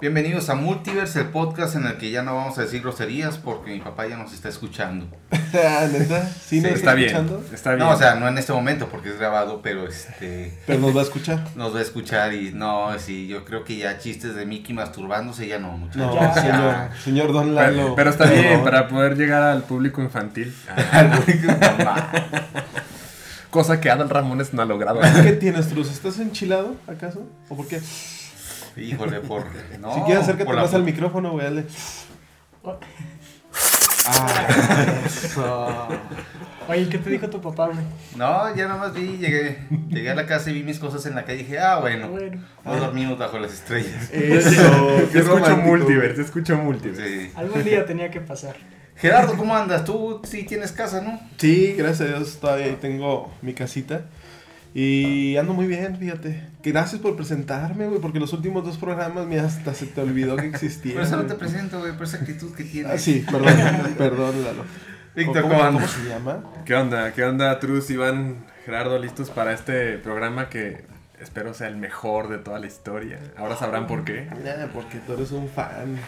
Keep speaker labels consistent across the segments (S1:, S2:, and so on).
S1: Bienvenidos a Multiverse, el podcast en el que ya no vamos a decir groserías porque mi papá ya nos está escuchando.
S2: Ah, ¿Neta? ¿Sí,
S1: Sí,
S2: nos está,
S3: Está bien,
S2: escuchando?
S3: está bien.
S1: No, o sea, no en este momento porque es grabado, pero este
S2: Pero nos va a escuchar.
S1: nos va a escuchar y no, sí, yo creo que ya chistes de Mickey masturbándose ya no, muchachos.
S2: No,
S4: Ya.
S2: señor, señor Don
S3: Pero-
S2: Lalo.
S3: pero, está
S2: por
S3: bien,
S2: favor.
S3: para poder llegar al público infantil. Cosa que Adal Ramones no ha logrado.
S2: ¿Qué tienes, Truz? ¿Estás enchilado, acaso? ¿O por qué?
S1: Híjole, por no.
S2: si quieres acércate
S1: por la-
S2: más al micrófono, güey, dale.
S1: Ah,
S4: Oye, ¿qué te dijo tu papá, güey?
S1: No, ya nomás vi, llegué, llegué a la casa y vi mis cosas en la calle y dije, ah, bueno,
S4: Bueno,
S1: no dormimos bajo las estrellas.
S3: Eso,
S2: qué
S3: yo escucho
S2: romántico.
S3: multiverse, yo escucho multiverse.
S1: Sí.
S4: algún día tenía que pasar.
S1: Gerardo, ¿cómo andas? Tú sí tienes casa, ¿no?
S2: Sí, gracias a Dios todavía ahí tengo mi casita. Y ando muy bien, fíjate. Gracias por presentarme, güey, porque los últimos dos programas me hasta se te olvidó que existía.
S1: Por eso no te
S2: güey.
S1: presento, güey, por esa actitud que tienes.
S2: Ah, sí, perdón, perdón, Lalo.
S1: Víctor, ¿cómo
S2: ¿Cómo
S1: andas?
S2: se llama?
S3: ¿Qué onda? ¿Qué onda, Truz, Iván, Gerardo, listos para este programa que espero sea el mejor de toda la historia? Ahora sabrán por qué.
S2: Nah, porque tú eres un fan.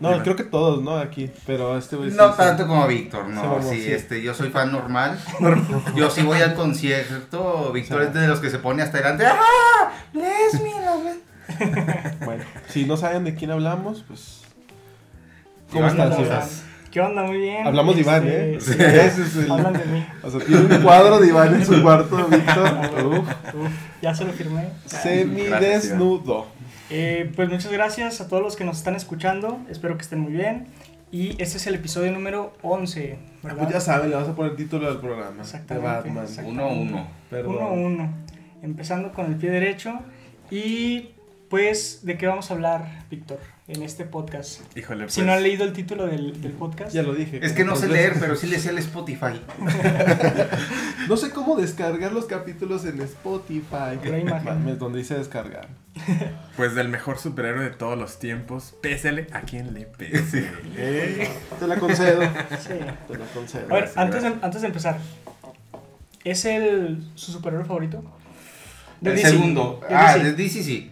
S2: No, creo que todos, ¿no? Aquí, pero este güey sí
S1: No
S2: es-
S1: tanto como Víctor,
S2: Se
S1: no.
S2: mamó,
S1: Sí,
S2: sí.
S1: este, yo soy fan normal. Yo sí voy al concierto. Víctor
S2: Sí.
S1: es de los que se pone hasta delante. ¡Ah! ¡Les mira!
S2: Bueno, si no saben de quién hablamos, pues. ¿Cómo
S1: Iván,
S2: estás,
S1: ¿cómo
S2: Iván?
S1: estás?
S4: ¿Qué onda? Muy bien.
S2: Hablamos de Iván,
S4: Este,
S2: ¿eh?
S4: sí,
S2: Ese es el-
S4: Hablan de mí.
S2: O sea, tiene un cuadro de Iván en su cuarto, Víctor. Uf,
S4: Uf, ya se lo firmé.
S2: semidesnudo.
S4: Eh, pues muchas gracias a todos los que nos están escuchando. Espero que estén muy bien. Y este es el episodio número 11,
S2: Ah,
S4: ¿verdad?
S2: Pues ya saben, le vas a poner el título del programa.
S4: Exactamente,
S2: De Batman.
S4: exacto.
S1: Uno a uno.
S2: Perdón.
S4: Uno a uno. Empezando con el pie derecho. Y pues, ¿de qué vamos a hablar, Víctor, en este podcast?
S3: Híjole, pues.
S4: Si no han leído el título del, del podcast.
S2: Ya lo dije.
S1: Es que no sé
S2: Entonces,
S1: leer, pero sí le sé al Spotify.
S2: No sé cómo descargar los capítulos en Spotify.
S4: Pura imagen.
S2: Mames, donde dice descargar.
S3: Pues del mejor superhéroe de todos los tiempos, pésele a quien le pese.
S1: Eh.
S2: Te la concedo.
S4: Sí.
S2: Te la
S4: A
S2: concedo.
S4: ver,
S3: Gracias,
S4: antes de,
S3: gracias.
S4: antes de empezar, ¿es el su superhéroe favorito? De
S1: El
S4: DC.
S1: segundo.
S4: De
S1: Ah,
S4: DC.
S1: de DC sí.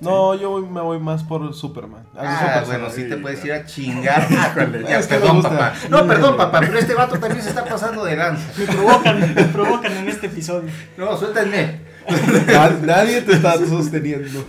S2: No, yo voy- me voy más por Superman. A gusto
S1: Ah,
S2: personal.
S1: bueno, sí te
S3: sí,
S1: puedes ir
S3: claro.
S1: a chingar.
S3: Híjole.
S1: Ya,
S2: Es que me
S1: perdón,
S2: gusta.
S1: papá. No, perdón, papá, pero este vato también se está pasando de lanza.
S4: Me provocan, me provocan en este episodio.
S1: No, suéltenme.
S2: Nad- Nadie te está sosteniendo.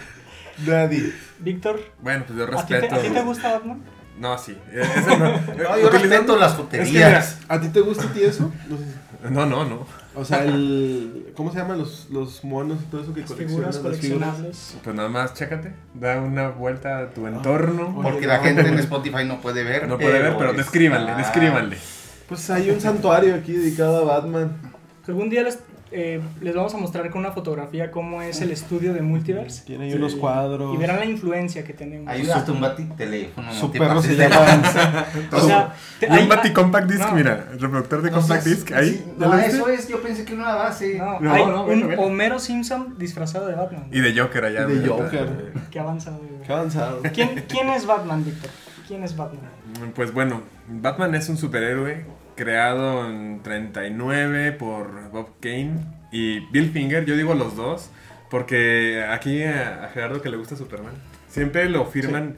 S2: Nadie.
S4: Víctor,
S3: Bueno, pues yo
S4: ¿a ti, te,
S3: respeto.
S4: a ti te gusta Batman?
S3: No, sí. eh, ese no.
S1: No, yo
S3: Utilizando-
S1: respeto las
S3: Es que mira,
S1: joterías.
S2: ¿A ti te gusta a ti eso? No sé.
S3: no, no, no.
S2: O sea, el. ¿Cómo se llaman los, los monos y todo eso que
S4: Las
S2: coleccionas?
S4: figuras
S2: Las figuras.
S4: coleccionables.
S3: Pues nada más, chécate, da una vuelta a tu entorno.
S2: Oye,
S1: Porque la
S2: no.
S1: gente en Spotify no puede ver.
S3: No puede ver, pero
S1: es-
S3: descríbanle,
S1: Ah.
S3: descríbanle.
S2: Pues hay un santuario aquí dedicado a Batman.
S4: Algún día les, eh, les vamos a mostrar con una fotografía cómo es el estudio de Multiverse.
S2: Tiene ahí unos cuadros.
S4: Y verán la influencia que tenemos.
S1: Ayuda, tumba tu teléfono. no
S2: Su
S1: te
S2: perro
S1: pases
S2: se
S1: Ah, de
S2: llama
S1: lanza.
S4: O sea, te-
S3: Y un
S4: hay-
S3: Bati Compact Disc,
S4: no.
S3: mira, reproductor de
S1: No
S3: Compact
S1: seas-
S3: Disc, ahí.
S1: sí,
S3: ¿ya
S1: No,
S3: lo viste?
S1: eso es, yo pensé que era una base.
S4: no,
S3: No,
S4: hay
S3: no,
S4: un
S3: bueno, bueno.
S4: Homero Simpson disfrazado de Batman.
S3: Y de Joker allá.
S2: Y de
S3: mira,
S2: Joker.
S4: Qué avanzado. güey.
S2: Qué avanzado.
S4: ¿Quién, ¿Quién es Batman, Víctor? ¿Quién es Batman?
S3: eh, Pues bueno, Batman es un superhéroe creado en 39 por Bob Kane y Bill Finger, yo digo los dos, porque aquí a, a Gerardo que le gusta Superman, siempre lo firman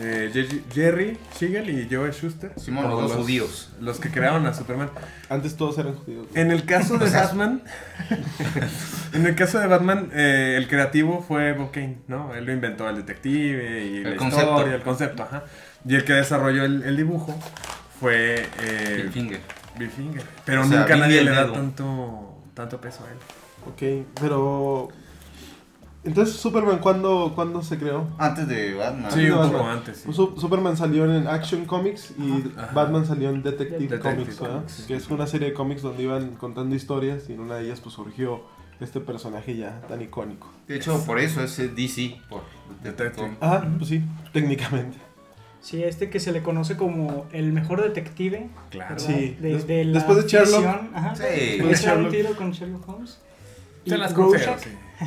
S3: eh, Jerry- Jerry Siegel y Joe Schuster.
S1: Simón, los
S3: como
S1: dos judíos.
S3: Los que crearon a Superman.
S2: Antes todos eran judíos.
S1: Eh.
S2: güey.
S3: En el caso de Batman, en el caso de Batman, eh, el creativo fue Bob Kane, ¿no? Él lo inventó el detective y
S1: El
S3: la
S1: concepto.
S3: historia, el concepto, ajá. Y el que desarrolló el, el dibujo fue eh,
S1: El finger.
S3: Bill Finger. Pero
S1: O sea,
S3: nunca
S1: Bill y
S3: nadie
S1: el
S3: le da
S1: dedo.
S3: tanto, tanto peso a él.
S2: Ok, pero. Entonces, Superman, ¿cuándo, ¿cuándo se creó?
S1: Antes de Batman.
S3: Sí, un
S2: Batman.
S3: poco antes. sí.
S2: Pues, Su- Superman salió en Action Comics y
S3: Ajá.
S2: Batman salió en Detective,
S3: Detective
S2: Comics, ¿verdad?
S3: Comics, sí.
S2: que es una serie de cómics donde iban contando historias y en una de ellas pues surgió este personaje ya tan icónico.
S1: De hecho, por eso es eh, DC. Por
S3: Detective.
S2: Ah, pues sí, técnicamente.
S4: Sí, este que se le conoce como el mejor detective.
S3: Claro.
S4: ¿verdad?
S2: Sí.
S4: De-
S2: Des-
S4: de la
S2: después de Sherlock.
S4: prisión, ajá.
S1: Sí.
S4: Después de Sherlock. un tiro con Sherlock Holmes.
S3: Te las
S4: Rorschach-
S3: concedo, sí.
S4: A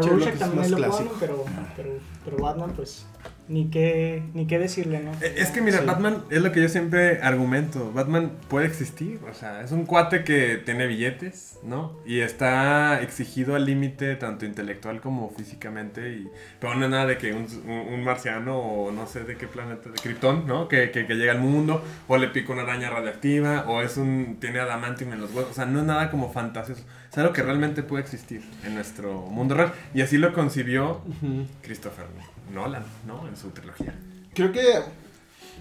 S2: Sherlock
S4: Rorschach
S2: es
S4: también
S2: más
S4: lo
S2: clásico.
S4: ponen, pero, pero, pero Batman, pues, ni qué, ni qué decirle, ¿no?
S3: Eh, Es que mira,
S2: Sí.
S3: Batman es lo que yo siempre argumento. Batman puede existir, o sea, es un cuate que tiene billetes, ¿no? Y está exigido al límite tanto intelectual como físicamente. Y, pero no es nada de que un, un- un marciano o no sé de qué planeta, de Krypton, ¿no? Que, que- que llega al mundo, o le pica una araña radioactiva, o es un tiene adamantium en los huevos. O sea, no es nada como fantasioso. Es algo que realmente puede existir en nuestro mundo real. Y así lo concibió
S2: Ujú.
S3: Christopher Nolan, ¿no? En su trilogía.
S2: Creo que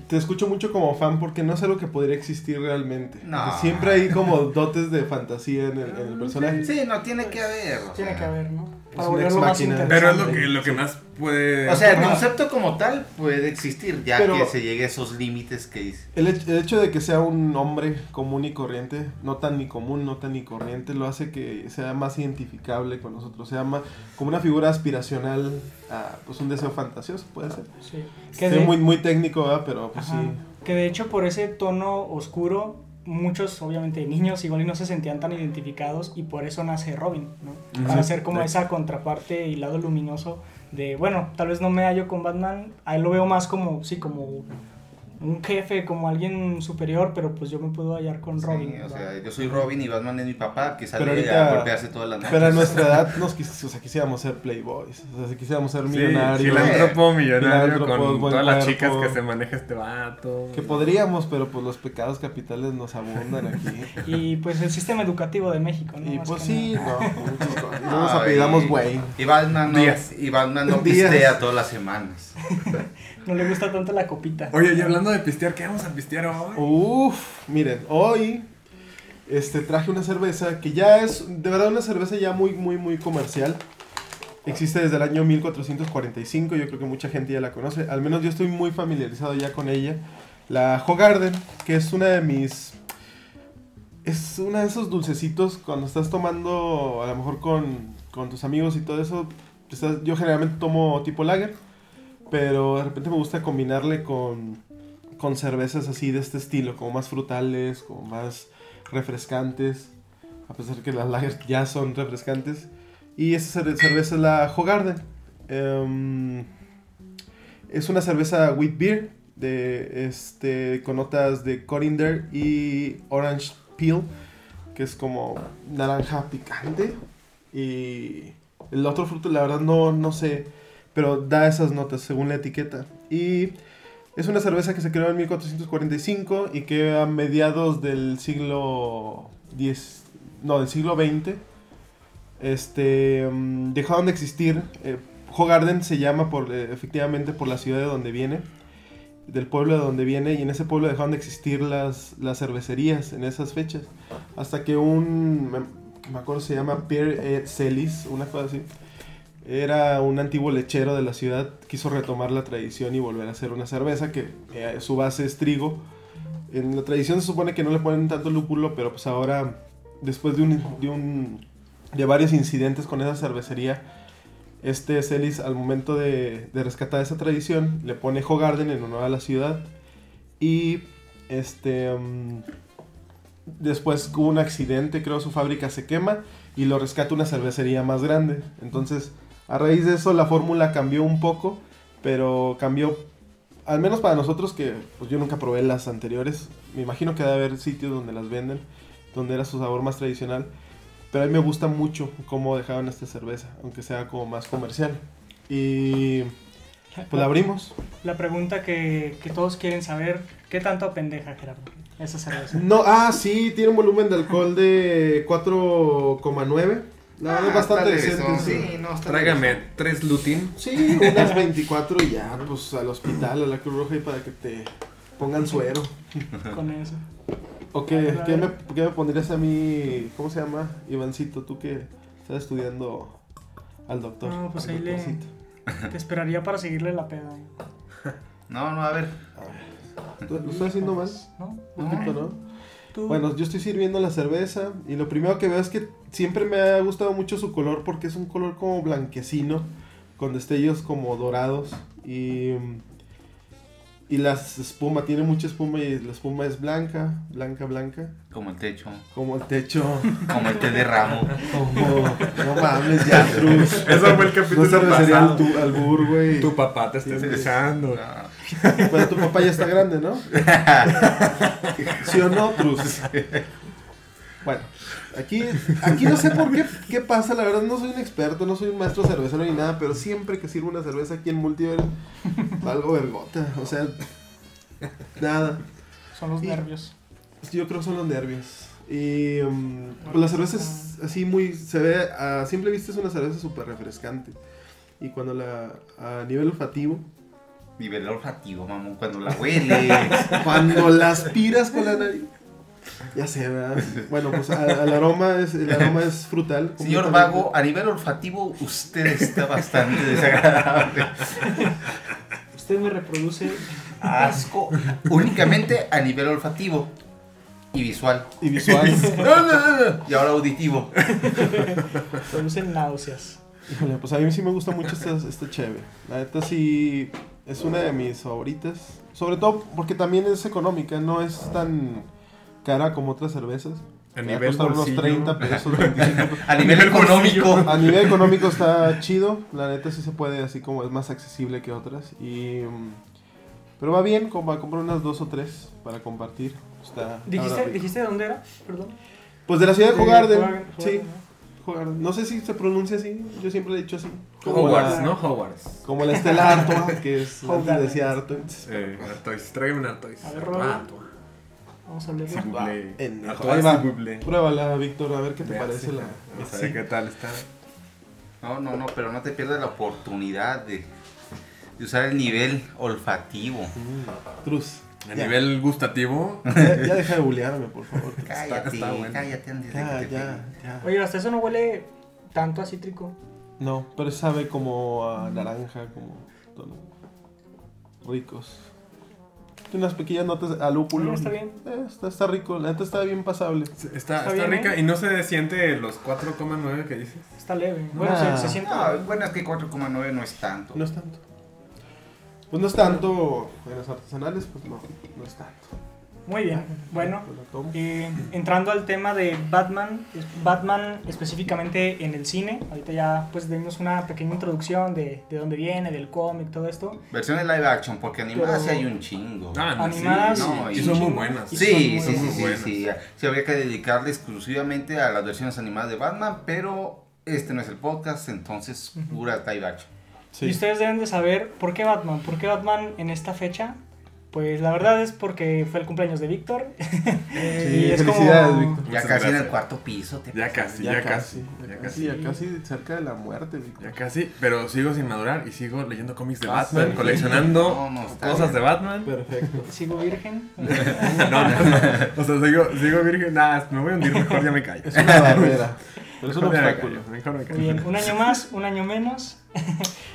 S2: te escucho mucho como fan porque no es algo que podría existir realmente.
S1: No.
S2: O sea, Siempre hay como dotes de fantasía en el, en el personaje.
S1: Sí, no, tiene que haber. o
S4: Tiene
S1: sea.
S4: que haber, ¿no? Para
S2: un
S4: volverlo
S2: ex
S4: más
S2: máquina.
S4: interesante.
S3: Pero es lo que, lo que más puede.
S1: O sea, el
S3: no,
S1: concepto como tal puede existir, ya
S2: Pero-
S1: que se llegue a esos límites que dice.
S2: El, hech- el hecho de que sea un hombre común y corriente, no tan ni común, no tan ni corriente, lo hace que sea más identificable con nosotros, sea más como una figura aspiracional a pues un deseo fantasioso, puede ser.
S4: Sí. Que
S2: Es
S4: de-
S2: muy, muy técnico, ¿verdad? pero pues
S4: Ajá.
S2: sí.
S4: Que de hecho por ese tono oscuro, muchos obviamente niños igual y no se sentían tan identificados y por eso nace Robin, ¿no?
S3: Ujú.
S4: Para ser como
S3: Sí.
S4: esa contraparte y lado luminoso de, bueno, tal vez no me hallo con Batman, a él lo veo más como, sí, como un jefe, como alguien superior, pero pues yo me puedo hallar con
S1: Sí,
S4: Robin.
S1: o
S4: ¿verdad?
S1: sea, yo soy Robin y Batman es mi papá, que sale
S2: Pero ahorita-
S1: a golpearse todas las noches.
S2: Pero a nuestra edad nos quis- o sea, quisiéramos ser playboys, o sea, si quisiéramos ser
S3: Sí,
S2: millonarios.
S3: filántropo millonario
S2: Filántropo,
S3: con
S2: buen
S3: todas las
S2: cuerpo.
S3: chicas que se maneja este vato.
S2: Que podríamos, pero pues los pecados capitales nos abundan aquí.
S4: Y pues el sistema educativo de México, ¿no?
S2: Y
S4: Más
S2: pues
S4: que
S2: sí,
S4: nada.
S2: no, muchas cosas. No
S1: No,
S2: nos apellidamos
S1: y-
S2: güey.
S1: Y Batman no,
S3: Díaz.
S1: y Batman no
S2: Díaz.
S1: pistea todas las semanas.
S4: No le gusta tanto la copita.
S3: Oye, y hablando de pistear, ¿qué vamos a pistear hoy?
S2: Uf, miren, hoy este, traje una cerveza que ya es, de verdad, una cerveza ya muy, muy, muy comercial. Existe desde el año 1445, yo creo que mucha gente ya la conoce. Al menos yo estoy muy familiarizado ya con ella. La Hogarden, que es una de mis... Es una de esos dulcecitos cuando estás tomando, a lo mejor con, con tus amigos y todo eso. estás- yo generalmente tomo tipo lager, pero de repente me gusta combinarle con con cervezas así de este estilo, como más frutales, como más refrescantes, a pesar que las lagers ya son refrescantes. Y esa cer- cerveza es la Hogarden. Em, es una cerveza wheat beer de, este, con notas de coriander y orange peel, que es como naranja picante. Y el otro fruto, la verdad, no, no sé, pero da esas notas según la etiqueta. Y es una cerveza que se creó en 1445 y que a mediados del siglo X, no, del siglo XX, este, mm, dejaron de existir. Eh, Hogarden se llama por, eh, efectivamente por la ciudad de donde viene, del pueblo de donde viene, y en ese pueblo dejaron de existir las, las cervecerías en esas fechas. Hasta que un, me- que me acuerdo se llama Pierre eh, Celis, una cosa así, era un antiguo lechero de la ciudad, quiso retomar la tradición y volver a hacer una cerveza que eh, su base es trigo. En la tradición se supone que no le ponen tanto lúpulo, pero pues ahora, después de un, de un- de varios incidentes con esa cervecería, este Celis al momento de, de rescatar esa tradición le pone Hogarden en honor a la ciudad y este mm, después hubo un accidente, creo su fábrica se quema y lo rescata una cervecería más grande. Entonces, a raíz de eso la fórmula cambió un poco, pero cambió al menos para nosotros que pues yo nunca probé las anteriores. Me imagino que debe haber sitios donde las venden, donde era su sabor más tradicional, pero a mí me gusta mucho cómo dejaron esta cerveza, aunque sea como más comercial. Y pues la abrimos.
S4: La pregunta que, que todos quieren saber, ¿qué tanto apendeja, Gerardo? Esa cerveza.
S2: No, ah, sí, tiene un volumen de alcohol de 4,9. La verdad es
S1: Ah,
S2: bastante
S1: está
S2: decente.
S1: regresón,
S2: sí.
S1: Sí, no, está
S3: Tráigame
S1: regresón.
S3: tres lutin.
S2: Sí, unas 24 y ya, pues al hospital, a la Cruz Roja y para que te pongan suero.
S4: con eso.
S2: ¿O qué,
S4: eh.
S2: qué me, qué me pondrías a mí, cómo se llama, Ivancito, tú que estás estudiando al doctor?
S4: No, pues
S2: al
S4: ahí le-
S2: doctorcito?
S4: Te esperaría para seguirle la peda,
S1: No, no, a ver.
S2: ¿Tú- ¿Lo estás haciendo mal?
S4: ¿no?
S2: Un poquito, ¿no?
S4: Tú-
S2: Bueno, yo estoy sirviendo la cerveza y lo primero que veo es que siempre me ha gustado mucho su color porque es un color como blanquecino, con destellos como dorados y, Y la espuma, tiene mucha espuma y la espuma es blanca, blanca, blanca.
S1: Como el techo,
S2: Como el techo.
S1: como el té de ramo.
S2: Como. No mames, ya, Cruz.
S3: Eso fue el
S2: No
S3: capítulo
S2: cervecería al,
S3: pasado.
S2: tu, al bur, güey.
S3: Tu papá te está
S2: Sí, sí.
S3: escuchando.
S2: Pero tu papá ya está grande, ¿no? ¿Sí o no, Cruz? Bueno, aquí, aquí no sé por qué, qué pasa, la verdad no soy un experto, no soy un maestro cervecero ni nada, pero siempre que sirvo una cerveza aquí en Multiver, valgo vergota, o sea, nada.
S4: Son los
S2: Y-
S4: nervios.
S2: Yo creo que son los nervios. Y mm, pues la cerveza es así muy, se ve, a simple vista es una cerveza súper refrescante. Y cuando la, a nivel olfativo,
S1: Nivel olfativo, mamón, cuando la hueles.
S2: Cuando la aspiras con la nariz. Ya sé, ¿verdad? Bueno, pues a- al aroma es, el aroma es frutal.
S1: Señor
S2: completamente.
S1: Vago, a nivel olfativo, usted está bastante desagradable.
S4: Usted me reproduce.
S1: Asco. Únicamente a nivel olfativo y visual.
S2: Y visual.
S1: Y ahora auditivo.
S4: Produce náuseas.
S2: Híjole, pues a mí sí me gusta mucho esta, esta cheve. La neta sí es una de mis favoritas. Sobre todo porque también es económica, no es tan cara como otras cervezas.
S3: A
S2: Va
S3: nivel
S2: costar unos
S3: bolsillo.
S2: 30 pesos, 25 pesos.
S1: A nivel económico.
S2: A nivel económico está chido, la neta sí se puede, así como es más accesible que otras. Y, mm, pero va bien, como a comprar unas dos o tres para compartir. Está,
S4: ¿Dijiste,
S2: está rico.
S4: ¿Dijiste de dónde era? Perdón.
S2: Pues de la ciudad de
S4: De
S2: Hogarden.
S4: Hogarden,
S2: Sí,
S4: Hogarden,
S2: Hogarden. No sé si se pronuncia así, yo siempre he dicho así.
S3: Hogwarts,
S2: la,
S3: ¿no? Hogwarts.
S2: Como la Estela Artois, que es
S4: Hogarden.
S2: antes decía Artois.
S3: Eh, Artois, tráigame un Artois.
S4: A ver, Roberto.
S3: Artois.
S4: Vamos a leerlo.
S3: Sí, buble.
S2: En-
S3: Artois
S2: ahí va.
S3: y buble.
S2: Pruébala, Víctor, a ver qué te
S3: Vea,
S2: parece
S3: sí.
S2: la...
S3: Vamos a
S2: sí.
S3: ver qué tal está.
S1: No, no, no, pero no te pierdas la oportunidad de, de usar el nivel olfativo.
S2: Mm, Cruz.
S3: A
S2: Ya.
S3: nivel gustativo,
S2: Ya, ya deja de bulearme, por favor.
S1: Cállate,
S3: está bueno.
S1: cállate antes de
S2: Ya,
S1: que te
S2: ya,
S1: peguen.
S2: ya.
S4: Oye, hasta eso no huele tanto a cítrico.
S2: No, pero sabe como a naranja, como tono. ricos. Tiene unas pequeñas notas a lúpulo.
S4: Oye, está bien.
S2: Eh, está, está rico, la neta está bien pasable.
S3: está, está,
S4: bien,
S3: rica
S4: ¿eh?
S3: y no se siente los 4,9 que dices.
S4: Está leve. Bueno,
S2: Nah.
S4: se, se siente.
S1: No, bueno, es que 4,9 no es tanto.
S2: No es tanto. Pues no es tanto en las artesanales, pues no, no es tanto.
S4: Muy bien. Bueno,
S2: Pues la tomo.
S4: Eh, entrando al tema de Batman, es- Batman específicamente en el cine, ahorita ya pues dimos una pequeña introducción de, de dónde viene, del cómic, todo esto.
S1: Versiones live action, porque animadas
S4: Pero-
S1: sí hay un chingo.
S3: Ah, no,
S4: Animadas
S3: sí,
S1: no,
S3: y
S1: y-
S3: son muy buenas.
S4: y
S1: Sí, sí,
S4: son muy
S1: sí,
S3: buenas.
S1: sí, sí, Sí, habría que dedicarle exclusivamente a las versiones animadas de Batman, pero este no es el podcast, entonces pura live action.
S2: Sí.
S4: Y ustedes deben de saber por qué Batman, por qué Batman en esta fecha. Pues la verdad es porque fue el cumpleaños de Víctor.
S2: Sí,
S4: y es como-
S2: felicidades, Víctor.
S1: Ya
S3: Muchas
S1: casi en
S3: gracias.
S1: el cuarto piso. te
S3: Ya
S1: pasas.
S3: casi, ya, casi,
S2: ya casi,
S3: ya casi.
S2: ya casi cerca de la muerte, Víctor.
S3: Ya casi, pero sigo sin madurar y sigo leyendo cómics de
S1: Ah,
S3: Batman,
S1: sí.
S3: coleccionando
S1: No, no, está
S3: cosas
S1: bien.
S3: de Batman.
S2: Perfecto.
S4: Sigo virgen.
S3: No, no, no. O sea, sigo, sigo virgen. Nada, me voy a hundir, mejor ya me callo.
S2: Es una barrera, pero es un
S3: Mejor ya me
S2: obstáculo.
S3: callo, Mejor me
S4: Muy
S3: callo.
S4: bien, un año más, un año menos.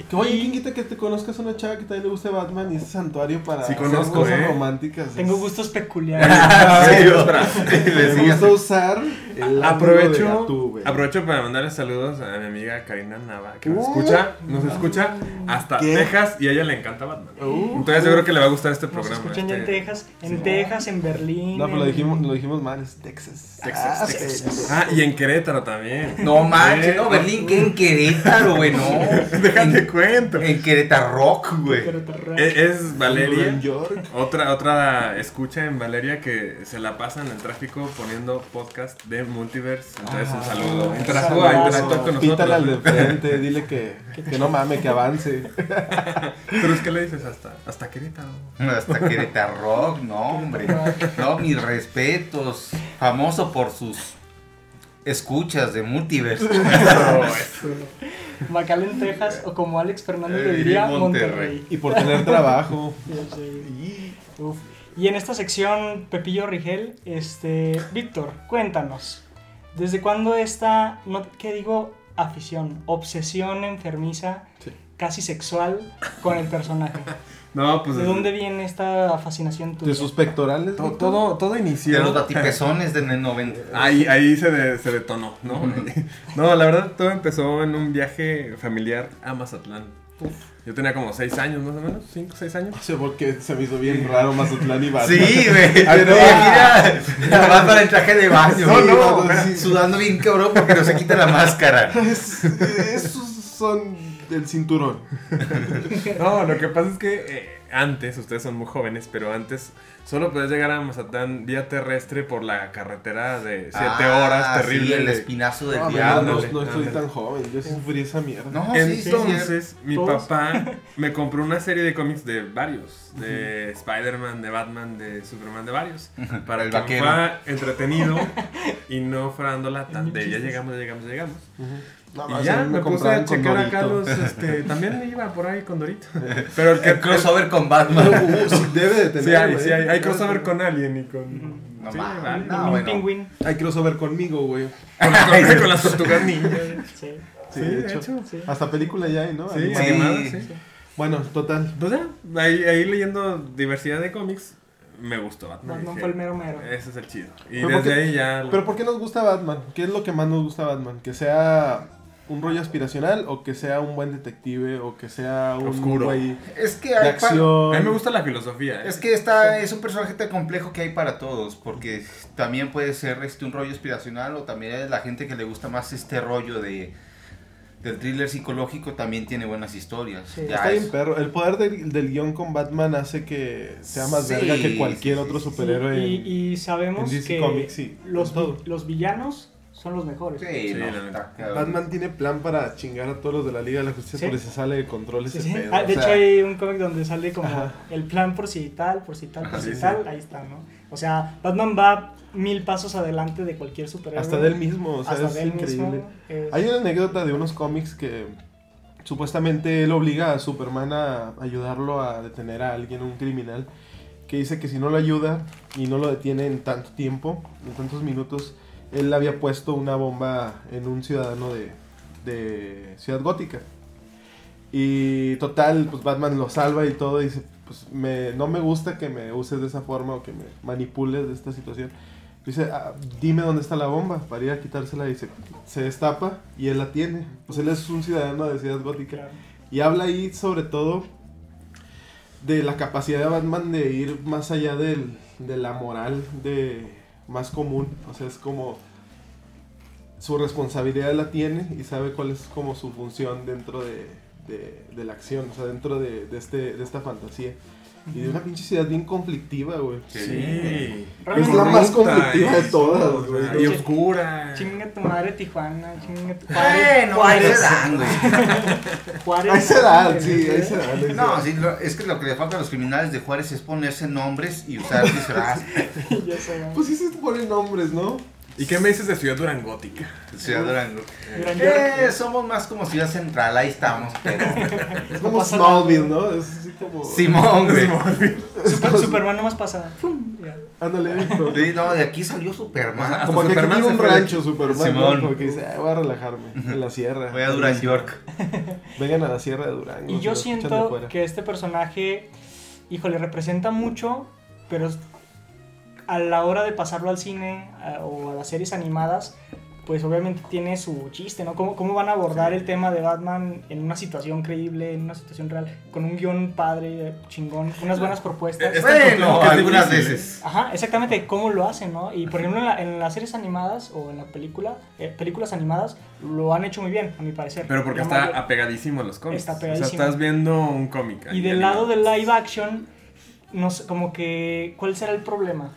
S2: Que, Oye, ¿quién quita que te conozcas a una chava que también le guste Batman y ese santuario para
S3: Sí,
S2: hacer
S3: conozco,
S2: cosas
S3: eh.
S2: románticas?
S4: Tengo
S2: Es-
S4: gustos peculiares.
S3: Ah,
S1: Sí, otra.
S2: Me
S1: Decías,
S2: gusta usar el ángulo de
S3: Aprovecho,
S2: Gatú,
S3: aprovecho para mandarle saludos a mi amiga Karina Nava, que nos
S2: Uh,
S3: escucha, nos escucha hasta
S2: ¿Qué?
S3: Texas y a ella le encanta Batman.
S2: Uh,
S3: Entonces yo creo que le va a gustar este
S4: Nos
S3: programa.
S4: escuchan ya en
S3: este-
S4: Texas, en Texas, en Berlín.
S2: No, pero lo
S4: en-
S2: dijimos, lo dijimos mal, es Texas.
S3: Texas,
S2: Ah,
S3: Texas.
S2: sí.
S3: Ah, y en Querétaro también.
S1: No manches,
S3: Eh,
S1: no, Berlín, que en Querétaro, güey, no.
S3: Déjate
S1: En,
S3: cuento.
S1: en Querétaro Rock, güey.
S4: Pero te re-
S3: Es, es Valeria.
S2: Nueva York.
S3: Otra, otra escucha en Valeria que se la pasa en el tráfico poniendo podcast de Multiverse. Entonces, un
S2: Ah,
S3: saludo.
S2: un
S3: Interactúa,
S4: saludazo.
S3: interactúa con
S2: Pítale al de
S3: nosotros.
S2: frente, dile que, que no mame, que avance.
S3: Pero es que le dices hasta, hasta Querétaro.
S1: Hasta Querétaro Rock, no, hombre. No, mis respetos. Famoso por sus escuchas de multiverso.
S4: Macal en Texas o como Alex Fernández le
S1: Eh,
S4: diría,
S1: Monterrey.
S4: Monterrey.
S2: Y por tener trabajo.
S4: Ya sé.
S2: Y-
S4: Uf. Y en esta sección, Pepillo Rigel, este, Víctor, cuéntanos, ¿desde cuándo esta, no, qué digo, afición, obsesión enfermiza,
S2: Sí.
S4: casi sexual, con el personaje?
S3: No, pues.
S4: ¿De dónde viene esta fascinación tuya?
S2: De sus pectorales.
S3: Todo,
S2: Víctor.
S3: todo, todo
S1: De
S3: inició.
S1: los batipezones del 90.
S3: Ahí, ahí se, de- se detonó, ¿no? No, la verdad todo empezó en un viaje familiar a Mazatlán. Yo tenía como 6 años más o menos, 5, 6 años.
S2: O sea, porque se me hizo bien raro Mazatlán y Batman.
S1: Sí, güey. Te
S2: Ah, no.
S1: imaginas, nada más para el traje de baño.
S2: No,
S1: güey.
S2: no,
S1: Nada,
S2: sí.
S1: Sudando bien cabrón porque no se quita la máscara.
S2: Es- esos son del cinturón.
S3: No, lo que pasa es que eh, antes, ustedes son muy jóvenes, pero antes solo podías llegar a Mazatlán vía terrestre por la carretera de 7
S1: Ah,
S3: horas terrible.
S1: Sí, el
S3: de-
S1: espinazo del
S2: No, no,
S1: diablo. Ah.
S2: no,
S3: ándale,
S2: no estoy
S3: ándale.
S2: tan joven. Yo sufrí esa mierda.
S4: Ah,
S1: No, sí, sí, sí.
S3: Entonces, mi
S4: Todos.
S3: papá me compró una serie de cómics de varios, de Spider-Man, de Batman, de Superman, de varios, para
S1: El
S3: el que
S1: vaquero.
S3: fuera entretenido y no farandola tan
S4: Mil
S3: de ya
S4: chistes.
S3: llegamos, ya llegamos, ya llegamos.
S1: Ah,
S2: Nada más,
S3: Y ya
S2: a mí
S3: me puse
S2: compraban
S3: a
S2: con
S3: checar acá
S2: Dorito.
S3: los, este, también le iba por ahí con Dorito.
S1: Eh,
S3: Pero el que
S1: El crossover con Batman.
S2: Uh, sí, debe de tener.
S3: Sí hay,
S2: güey.
S1: ¿eh?
S3: sí hay, hay crossover con Alien y con...
S1: No
S3: sí,
S1: mames.
S3: vale.
S4: Un-
S1: no,
S4: un
S1: bueno.
S4: pingüín.
S2: Hay crossover conmigo, güey.
S3: Con, las- con las tortugas ninja.
S4: Sí,
S2: Sí, de hecho.
S4: sí.
S2: Hasta película ya hay, ¿no?
S3: Sí,
S2: Animada.
S3: animada,
S1: Sí.
S3: sí.
S2: Bueno, total.
S3: Pues ya, ahí, ahí leyendo diversidad de cómics, me gustó Batman.
S4: Batman
S3: Dije,
S4: fue el mero mero.
S3: Ese es el chido. Y
S2: Pero
S3: desde
S2: porque-
S3: ahí ya...
S2: Pero ¿por qué nos gusta Batman? ¿Qué es lo que más nos gusta Batman? ¿Que sea un rollo aspiracional o que sea un buen detective o que sea un
S3: Oscuro.
S2: güey
S1: Es que
S2: de
S1: hay pa-
S2: acción?
S3: A mí me gusta la filosofía. ¿eh?
S1: Es que esta es un personaje tan complejo que hay para todos, porque también puede ser este un rollo inspiracional o también es la gente que le gusta más este rollo de del thriller psicológico también tiene buenas historias.
S4: Sí,
S1: Ya
S2: Está
S1: es-
S2: bien, perro. El poder del, del guión con Batman hace que sea más
S1: Sí,
S2: verga que cualquier
S1: sí, sí,
S2: otro
S1: sí.
S2: superhéroe.
S4: Y,
S2: en-
S4: y sabemos
S2: en DC
S4: que
S2: Comics y
S4: los,
S2: en todo.
S4: los villanos son los mejores.
S1: Sí,
S3: Sí,
S1: no,
S3: la neta.
S1: está cabrón.
S2: Batman tiene plan para chingar a todos los de la Liga de la Justicia
S4: Sí.
S2: porque se sale de control ese
S4: Sí, sí.
S2: pedo.
S4: Ah, de
S2: o
S4: hecho
S2: sea,
S4: hay un cómic donde sale como
S2: Ajá.
S4: el plan por si tal, por si tal, por
S3: Ajá,
S4: si
S3: sí,
S4: tal,
S3: sí.
S4: ahí está, ¿no? O sea, Batman va mil pasos adelante de cualquier superhéroe.
S2: hasta del mismo, o sea,
S4: Hasta
S2: es
S4: del
S2: increíble.
S4: mismo. es-
S2: Hay una anécdota de unos cómics que supuestamente él obliga a Superman a ayudarlo a detener a alguien, un criminal, que dice que si no lo ayuda y no lo detiene en tanto tiempo, en tantos minutos, él había puesto una bomba en un ciudadano de, de Ciudad Gótica. Y total, pues Batman lo salva y todo, y dice, pues me, no me gusta que me uses de esa forma o que me manipules de esta situación. Dice, "Ah, dime dónde está la bomba para ir a quitársela. Y se, se destapa y él la tiene. Pues él es un ciudadano de Ciudad Gótica.
S4: claro.
S2: Y habla ahí sobre todo de la capacidad de Batman de ir más allá del, de la moral de más común. O sea, es como su responsabilidad la tiene y sabe cuál es como su función dentro de, de- de la acción, o sea, dentro de, de este, de esta fantasía. Y de una pinche ciudad bien conflictiva, güey.
S3: Sí.
S4: Realmente
S2: Es la más
S3: Corrupta,
S2: conflictiva de
S3: y-
S2: todas, güey.
S3: Y oscura.
S4: Chinga tu madre Tijuana, chinga tu padre.
S1: Bueno, ahí
S4: Juárez,
S1: se dan, güey.
S4: Juárez,
S2: Ahí se da,
S4: Juárez,
S2: sí, ahí
S4: ¿eh?
S2: se da. ahí se
S1: No,
S2: da.
S1: sí, lo- es que lo que le falta a los criminales de Juárez es ponerse nombres y usar disfraz.
S4: Ya se da.
S2: Pues sí se ponen nombres, ¿no?
S3: ¿Y qué me dices de Ciudad Durangótica?
S1: Ciudad Durango.
S4: Gran
S1: Eh,
S4: York.
S1: somos más como Ciudad Central, ahí estamos, pero.
S2: Es
S4: No
S2: como
S4: pasa nada.
S2: Smallville, ¿no? Es así como...
S1: Simón, güey.
S4: Super- Superman nomás pasa. ¡fum! Ya.
S2: Ándale, hijo.
S1: Sí, no, de aquí salió Superman.
S2: Como que aquí
S3: Superman
S2: vive
S3: se
S2: un
S3: fue de-
S2: rancho, Superman,
S1: Simón.
S2: ¿no? Porque dice, "Ah, voy a relajarme en la sierra.
S1: Voy a Duran York.
S2: Vengan a la sierra de Durango.
S4: Y
S2: si
S4: yo
S2: lo escuchan de
S4: siento
S2: fuera.
S4: que este personaje, híjole, representa mucho, pero es- a la hora de pasarlo al cine a- o a las series animadas, pues obviamente tiene su chiste, ¿no? ¿Cómo, cómo van a abordar el tema de Batman en una situación creíble, en una situación real, con un guión padre, chingón, unas buenas propuestas?
S3: Es-
S1: Bueno,
S3: que es
S1: algunas
S3: difícil,
S1: veces.
S4: Ajá, exactamente, cómo lo hacen, ¿no? Y por ejemplo, en, la- en las series animadas o en la película, eh, películas animadas, lo han hecho muy bien, a mi parecer.
S3: Pero porque
S4: La
S3: está
S4: mayor-
S3: apegadísimo a los cómics.
S4: Está
S3: O
S4: apegadísimo.
S3: sea, estás viendo un cómic. ahí
S4: Y del
S3: animado.
S4: lado del live action, no sé, como que, ¿cuál será el problema?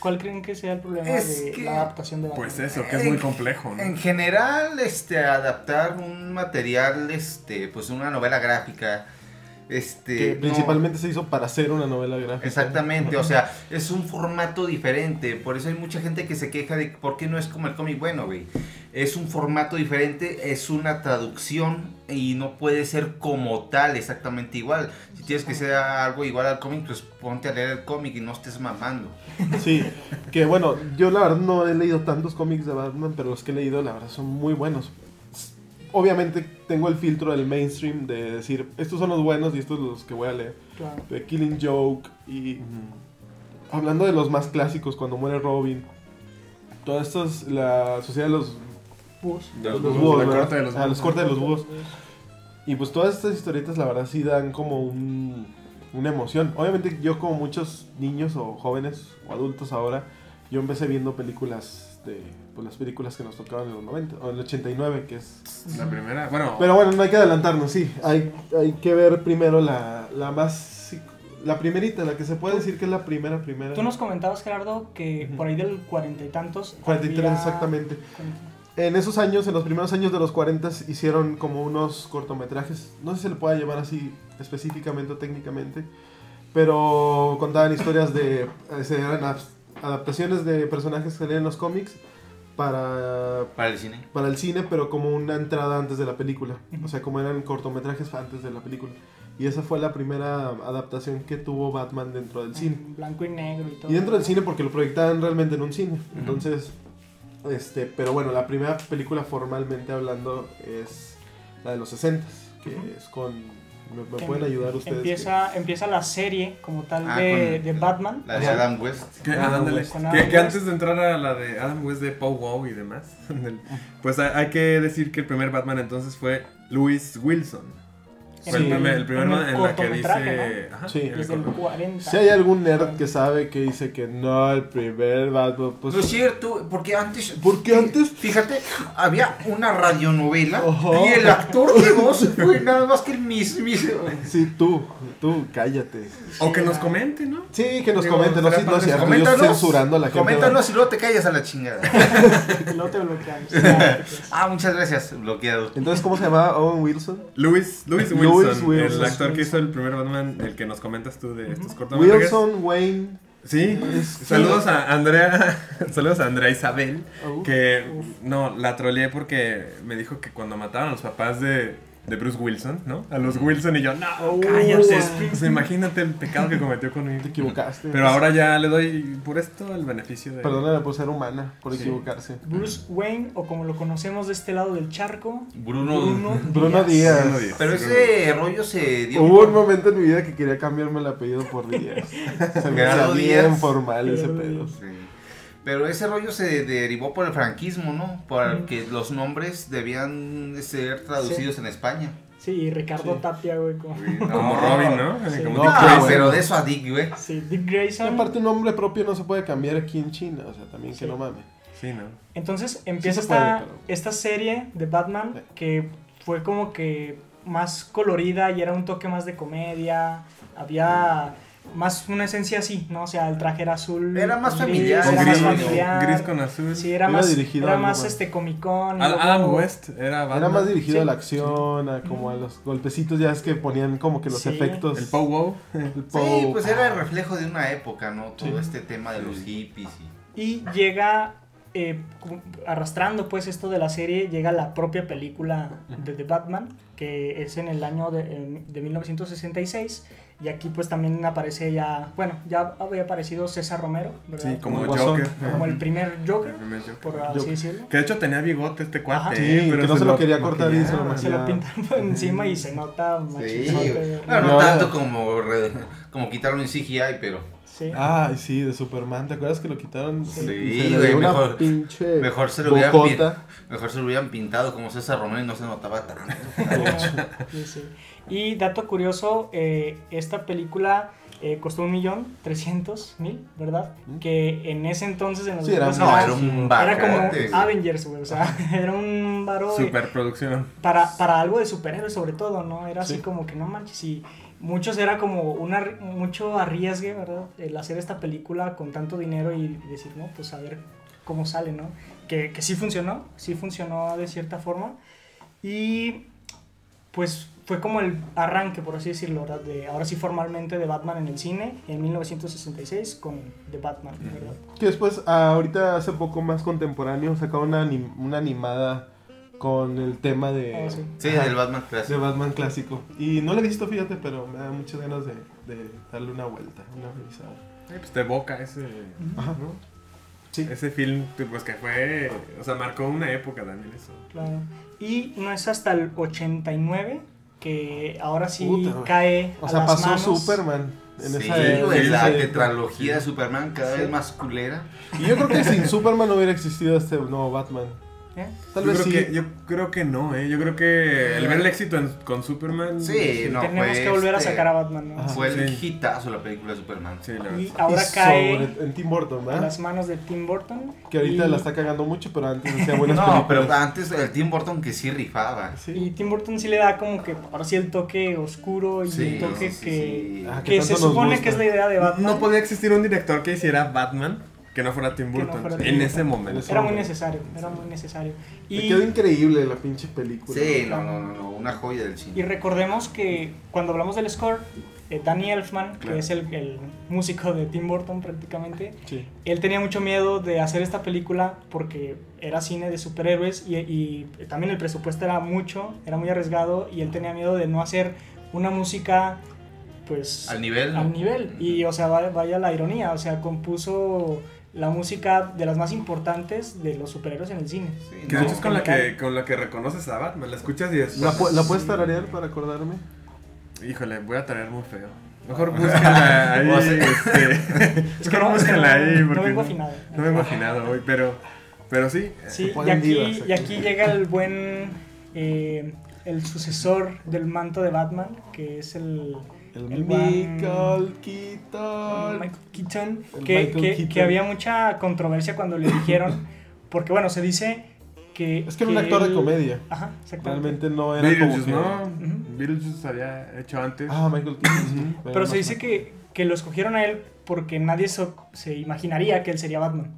S4: ¿Cuál creen que sea el problema
S1: Es
S4: de
S1: que-
S4: la adaptación de Batman?
S3: Pues eso, que es muy complejo, ¿no?
S1: En general, este, adaptar un material, este, pues una novela gráfica, este.
S2: Que
S1: no-
S2: principalmente se hizo para hacer una novela gráfica.
S1: Exactamente, o sea, es un formato diferente, por eso hay mucha gente que se queja de por qué no es como el cómic bueno, güey. Es un formato diferente, es una traducción y no puede ser como tal exactamente igual. Si quieres que sea algo igual al cómic, pues ponte a leer el cómic y no estés mamando.
S2: Sí, que bueno, yo la verdad no he leído tantos cómics de Batman, pero los que he leído la verdad son muy buenos. Obviamente tengo el filtro del mainstream de decir, estos son los buenos y estos los que voy a leer.
S4: Claro.
S2: De Killing Joke y hablando de los más clásicos, cuando muere Robin. Todas estas, la sociedad de los,
S4: Bus.
S3: De
S2: los
S3: los
S2: búhos,
S3: búhos, la
S2: ¿verdad?
S3: corte de los
S2: Ah, los
S3: búhos.
S2: cortes de los búhos. Y pues todas estas historietas la verdad sí dan como un, una emoción. Obviamente yo como muchos niños o jóvenes o adultos ahora, yo empecé viendo películas de pues, las películas que nos tocaban en los 90 o en el 89, que es
S3: La primera, bueno,
S2: pero bueno, no hay que adelantarnos, sí. Hay, hay que ver primero la, la más. La primerita, la que se puede decir que es la primera, primera.
S4: Tú nos comentabas, Gerardo, que por ahí del cuarenta y tantos.
S2: 43
S4: había-
S2: exactamente. En esos años, en los primeros años de los 40, hicieron como unos cortometrajes. No sé si se le puede llamar así específicamente o técnicamente. Pero contaban historias de. eh, se eran abs- adaptaciones de personajes que leen los cómics para
S1: Para el cine.
S2: para el cine, pero como una entrada antes de la película.
S4: Ujú.
S2: O sea, como eran cortometrajes antes de la película. Y esa fue la primera adaptación que tuvo Batman dentro del cine.
S4: en Blanco y negro y todo.
S2: Y dentro del cine porque lo proyectaban realmente en un cine. Entonces, este, pero bueno, la primera película formalmente hablando es la de los 60 que es con... ¿Me, me
S4: Que
S2: pueden ayudar ustedes?
S4: Empieza, empieza la serie como tal
S1: Ah,
S4: de,
S1: con-
S4: de Batman.
S1: La de
S2: Ajá.
S1: Adam West.
S3: que,
S2: Adam
S3: ándale,
S2: West.
S4: Ah, Con Adam
S3: que, que
S4: West.
S3: antes de entrar a la de Adam West de Pow Wow y demás, del- pues hay, hay que decir que el primer Batman entonces fue Louis Wilson. Fue el
S2: Sí.
S3: primer, el primer
S4: En
S3: Batman en la que
S4: cortometraje,
S3: dice... ajá,
S2: Sí.
S3: en el
S4: Desde el
S3: corto-
S4: 40.
S2: Si hay algún nerd que sabe que dice que no, el primer Batman... Pues,
S1: no es cierto, porque antes.
S2: Porque antes-
S1: Fíjate, había una radionovela
S2: Ajá.
S1: y el actor de voz fue nada más que el mismísimo.
S2: Sí, tú, tú, cállate.
S3: O que nos comente, ¿no?
S2: Sí, que nos
S3: Digo,
S2: comenten, no,
S3: será
S2: sí, no es
S3: padre.
S2: cierto, yo censurando a la gente.
S1: coméntanos y luego te callas a la chingada.
S4: Y luego te bloqueamos. Ya, pues.
S1: ah, muchas gracias, bloqueado.
S2: Entonces, ¿cómo se llamaba Owen Wilson?
S3: Louis, Louis Wilson,
S2: Louis Wilson.
S3: el actor que hizo el primer Batman, el que nos comentas tú de estos cortometrajes.
S2: Wilson Wayne.
S3: Sí,
S2: Es-
S3: saludos a Andrea, saludos a Andrea Isabel,
S2: Oh.
S3: que no, la troleé porque me dijo que cuando mataban a los papás de, de Bruce Wilson, ¿no? A los Wilson y yo, no,
S4: Oh.
S3: cállate, Springfield". imagínate el pecado que cometió conmigo.
S2: Te equivocaste.
S3: Pero ahora ya le doy por esto el beneficio de...
S2: Perdónala por ser humana, por
S3: Sí.
S2: equivocarse.
S4: Bruce Wayne, o como lo conocemos de este lado del charco,
S1: Bruno.
S4: Bruno,
S2: Bruno Díaz.
S3: Bruno Díaz.
S1: Pero ese rollo se dio.
S2: Hubo un momento en mi vida que quería cambiarme el apellido por Díaz. Se me hacía
S1: Gerardo
S2: bien
S1: Díaz.
S2: formal ese
S4: Gerardo
S2: pedo.
S1: Sí. Pero ese rollo se derivó por el franquismo, ¿no? Por que los nombres debían de ser traducidos en España.
S4: Sí, y Ricardo
S2: Sí.
S4: Tapia, güey. Como...
S3: Como Robin, ¿no?
S4: Sí.
S3: Como
S1: No,
S2: No,
S3: Dick
S1: ah,
S2: qué
S3: Grayson.
S1: pero de eso a Dick, güey.
S4: Sí, Dick
S2: Y
S4: Grayson.
S2: aparte, un nombre propio no se puede cambiar aquí en China, o sea, también que
S4: Sí.
S2: no mames.
S3: Sí, ¿no?
S4: Entonces empieza
S2: se
S4: esta,
S2: puede, pero-
S4: esta serie de Batman
S2: Sí.
S4: que fue como que más colorida y era un toque más de comedia. Había más una esencia así, ¿no? O sea, el traje era azul.
S1: Era más
S4: gris,
S1: familiar.
S4: Era
S1: Con
S4: más
S3: gris,
S4: familiar.
S3: gris con azul.
S4: Sí, era
S2: Iba
S4: más,
S2: dirigido
S4: era
S2: a
S4: más
S2: algo más.
S4: este comicón.
S3: Al- Adam West era Batman.
S2: Era más dirigido
S4: Sí.
S2: a la acción, a como a los golpecitos, ya es que ponían como que los
S4: Sí.
S2: efectos.
S3: El Pow Wow.
S2: el
S1: Sí,
S2: pow.
S1: pues era el reflejo de una época, ¿no? Todo
S2: Sí.
S1: este tema de los
S3: Sí.
S1: hippies. y-
S4: Y llega, eh, como arrastrando pues esto de la serie, llega la propia película de The Batman, que es en el año de, en- de 1966. Y aquí pues también aparece ya, bueno, ya había aparecido César Romero, ¿verdad?
S3: Sí, como
S2: Como Guasón.
S3: Joker.
S4: Como el primer Joker,
S3: El primer Joker.
S4: por así
S2: Joker.
S4: decirlo.
S3: Que de hecho tenía bigote este cuate.
S4: Ajá.
S2: Sí,
S3: ¿eh?
S2: que no se lo quería
S3: maquillaron.
S2: cortar y se lo
S4: Ah, se
S2: maquillaron.
S4: lo pintan por encima y se nota
S1: Sí,
S4: machismo.
S1: güey. Bueno, no
S2: No.
S1: tanto como, re- como quitaron el CGI, pero
S3: Ah,
S4: Sí.
S2: Ay, sí, de Superman. ¿Te acuerdas que lo quitaron?
S4: Sí,
S2: Y se le
S1: güey,
S2: dio una
S1: mejor-
S2: pinche
S1: mejor se lo hubieran pin-
S2: bocota.
S1: mejor se lo hubieran pintado como César Romero y no se notaba tanto.
S4: Sí, sí. Y dato curioso, eh, esta película eh, costó un millón trescientos mil, ¿verdad?
S2: ¿Mm?
S4: Que en ese entonces en los
S2: Sí, era
S4: ochentas,
S1: No, era un
S4: era
S1: barco.
S4: como Avengers, güey, o sea, era un varo de-
S3: Superproducción.
S4: para, para algo de superhéroes sobre todo, ¿no? Era así
S2: Sí.
S4: como que no manches y muchos era como una mucho arriesgue, ¿verdad? El hacer esta película con tanto dinero y decir, no, pues a ver cómo sale, ¿no? Que, que sí funcionó, sí funcionó de cierta forma y pues fue como el arranque, por así decirlo, ¿verdad? De, ahora sí formalmente de Batman en el cine en 1966 con The Batman, ¿verdad?
S2: Que después, ah, ahorita hace poco más contemporáneo, sacaron una, anim- una animada con el tema de,
S4: Ah, sí.
S1: Sí,
S2: Ajá,
S1: del Batman
S2: de
S1: clásico.
S2: Batman clásico. Y no la he visto, fíjate, pero me da muchas ganas de, de darle una vuelta, una revisada.
S3: Eh, Pues te evoca ese,
S2: Ajá.
S3: ¿no?
S2: Sí.
S3: ese film, que, pues que fue, o sea, marcó una época también eso.
S4: Claro. Y no es hasta el 89 que ahora sí
S2: Puta, güey.
S4: cae
S2: O
S4: a
S2: sea,
S4: las
S2: pasó
S4: manos.
S2: Superman en
S1: Sí,
S2: esa
S1: güey,
S2: en
S1: la
S2: esa
S1: tetralogía de Superman cada vez más culera.
S2: Y yo creo que sin Superman no hubiera existido este nuevo Batman.
S4: ¿Eh?
S2: Tal
S3: yo
S2: vez
S3: creo
S2: sí.
S3: que, yo creo que no, ¿eh? Yo creo que el ver el éxito en- con Superman. pues,
S1: Sí, no,
S4: Tenemos
S1: fue
S4: que volver a
S1: este-
S4: sacar a Batman, ¿no?
S2: Ajá.
S1: Fue el
S3: Sí.
S1: hitazo la película de Superman.
S3: Sí, la verdad.
S4: Y
S2: Y
S4: ahora cae
S2: sobre- en Tim Burton,
S4: en
S2: ¿verdad?
S4: las manos de Tim Burton.
S2: Que ahorita
S4: y,
S2: la está cagando mucho, pero antes hacía buenas
S1: No, pero
S2: películas.
S1: antes el Tim Burton que sí rifaba.
S4: y
S2: Sí.
S4: Tim Burton sí le da como que ahora sí el toque oscuro y
S1: Sí,
S4: el toque
S1: sí, sí,
S4: que,
S1: sí.
S2: Ah,
S4: que
S2: que
S4: se
S2: tanto nos
S4: supone
S2: gusta. Mm,
S4: que es la idea de Batman.
S3: No podía existir un director que hiciera Batman que no fuera Tim
S4: Que no
S3: Burton
S4: fuera
S3: en
S4: Tim
S3: ese
S4: Burton.
S3: momento.
S4: Era muy necesario, era muy necesario.
S2: Me
S4: Y,
S2: quedó increíble la pinche película.
S1: Sí, no, no, no, no, una joya del cine.
S4: y recordemos que cuando hablamos del score, eh, Danny Elfman,
S3: Claro.
S4: que es el, el músico de Tim Burton prácticamente,
S2: Sí.
S4: él tenía mucho miedo de hacer esta película porque era cine de superhéroes y, y también el presupuesto era mucho, era muy arriesgado y él tenía miedo de no hacer una música pues
S1: Al nivel. ¿no?
S4: al nivel. Y o sea, va- vaya la ironía, o sea, compuso la música de las más importantes de los superhéroes en el cine.
S1: Sí,
S3: Que
S1: no.
S3: de hecho es con la que, con la que reconoces a Batman. La escuchas y es.
S2: ¿La, pu- ¿La puedes tararear para acordarme?
S3: Híjole, voy a traer muy feo. Mejor búscala ahí.
S1: O sea-
S3: este,
S4: Es
S3: mejor búscala ahí.
S4: no,
S3: porque
S4: vengo afinado.
S3: No vengo afinado hoy, pero, pero sí.
S4: Sí, y
S2: Pueden
S4: aquí,
S2: divas aquí.
S4: y aquí llega el buen, eh, el sucesor del manto de Batman, que es el...
S2: El,
S4: El
S2: Michael Keaton.
S4: Michael Keaton,
S2: El
S4: que,
S2: Michael
S4: que-
S2: Keaton.
S4: que había mucha controversia cuando le dijeron, porque bueno, se dice que...
S2: Es que era un actor de
S4: él-
S2: comedia.
S4: Ajá, exactamente.
S2: Realmente no era como
S3: Beetlejuice,
S2: que-
S3: ¿no?
S4: Ujú.
S3: Beetlejuice se había hecho antes.
S2: Ah, Michael Keaton. sí.
S4: Pero se dice
S2: Ujú.
S4: que, que lo escogieron a él porque nadie so- se imaginaría que él sería Batman.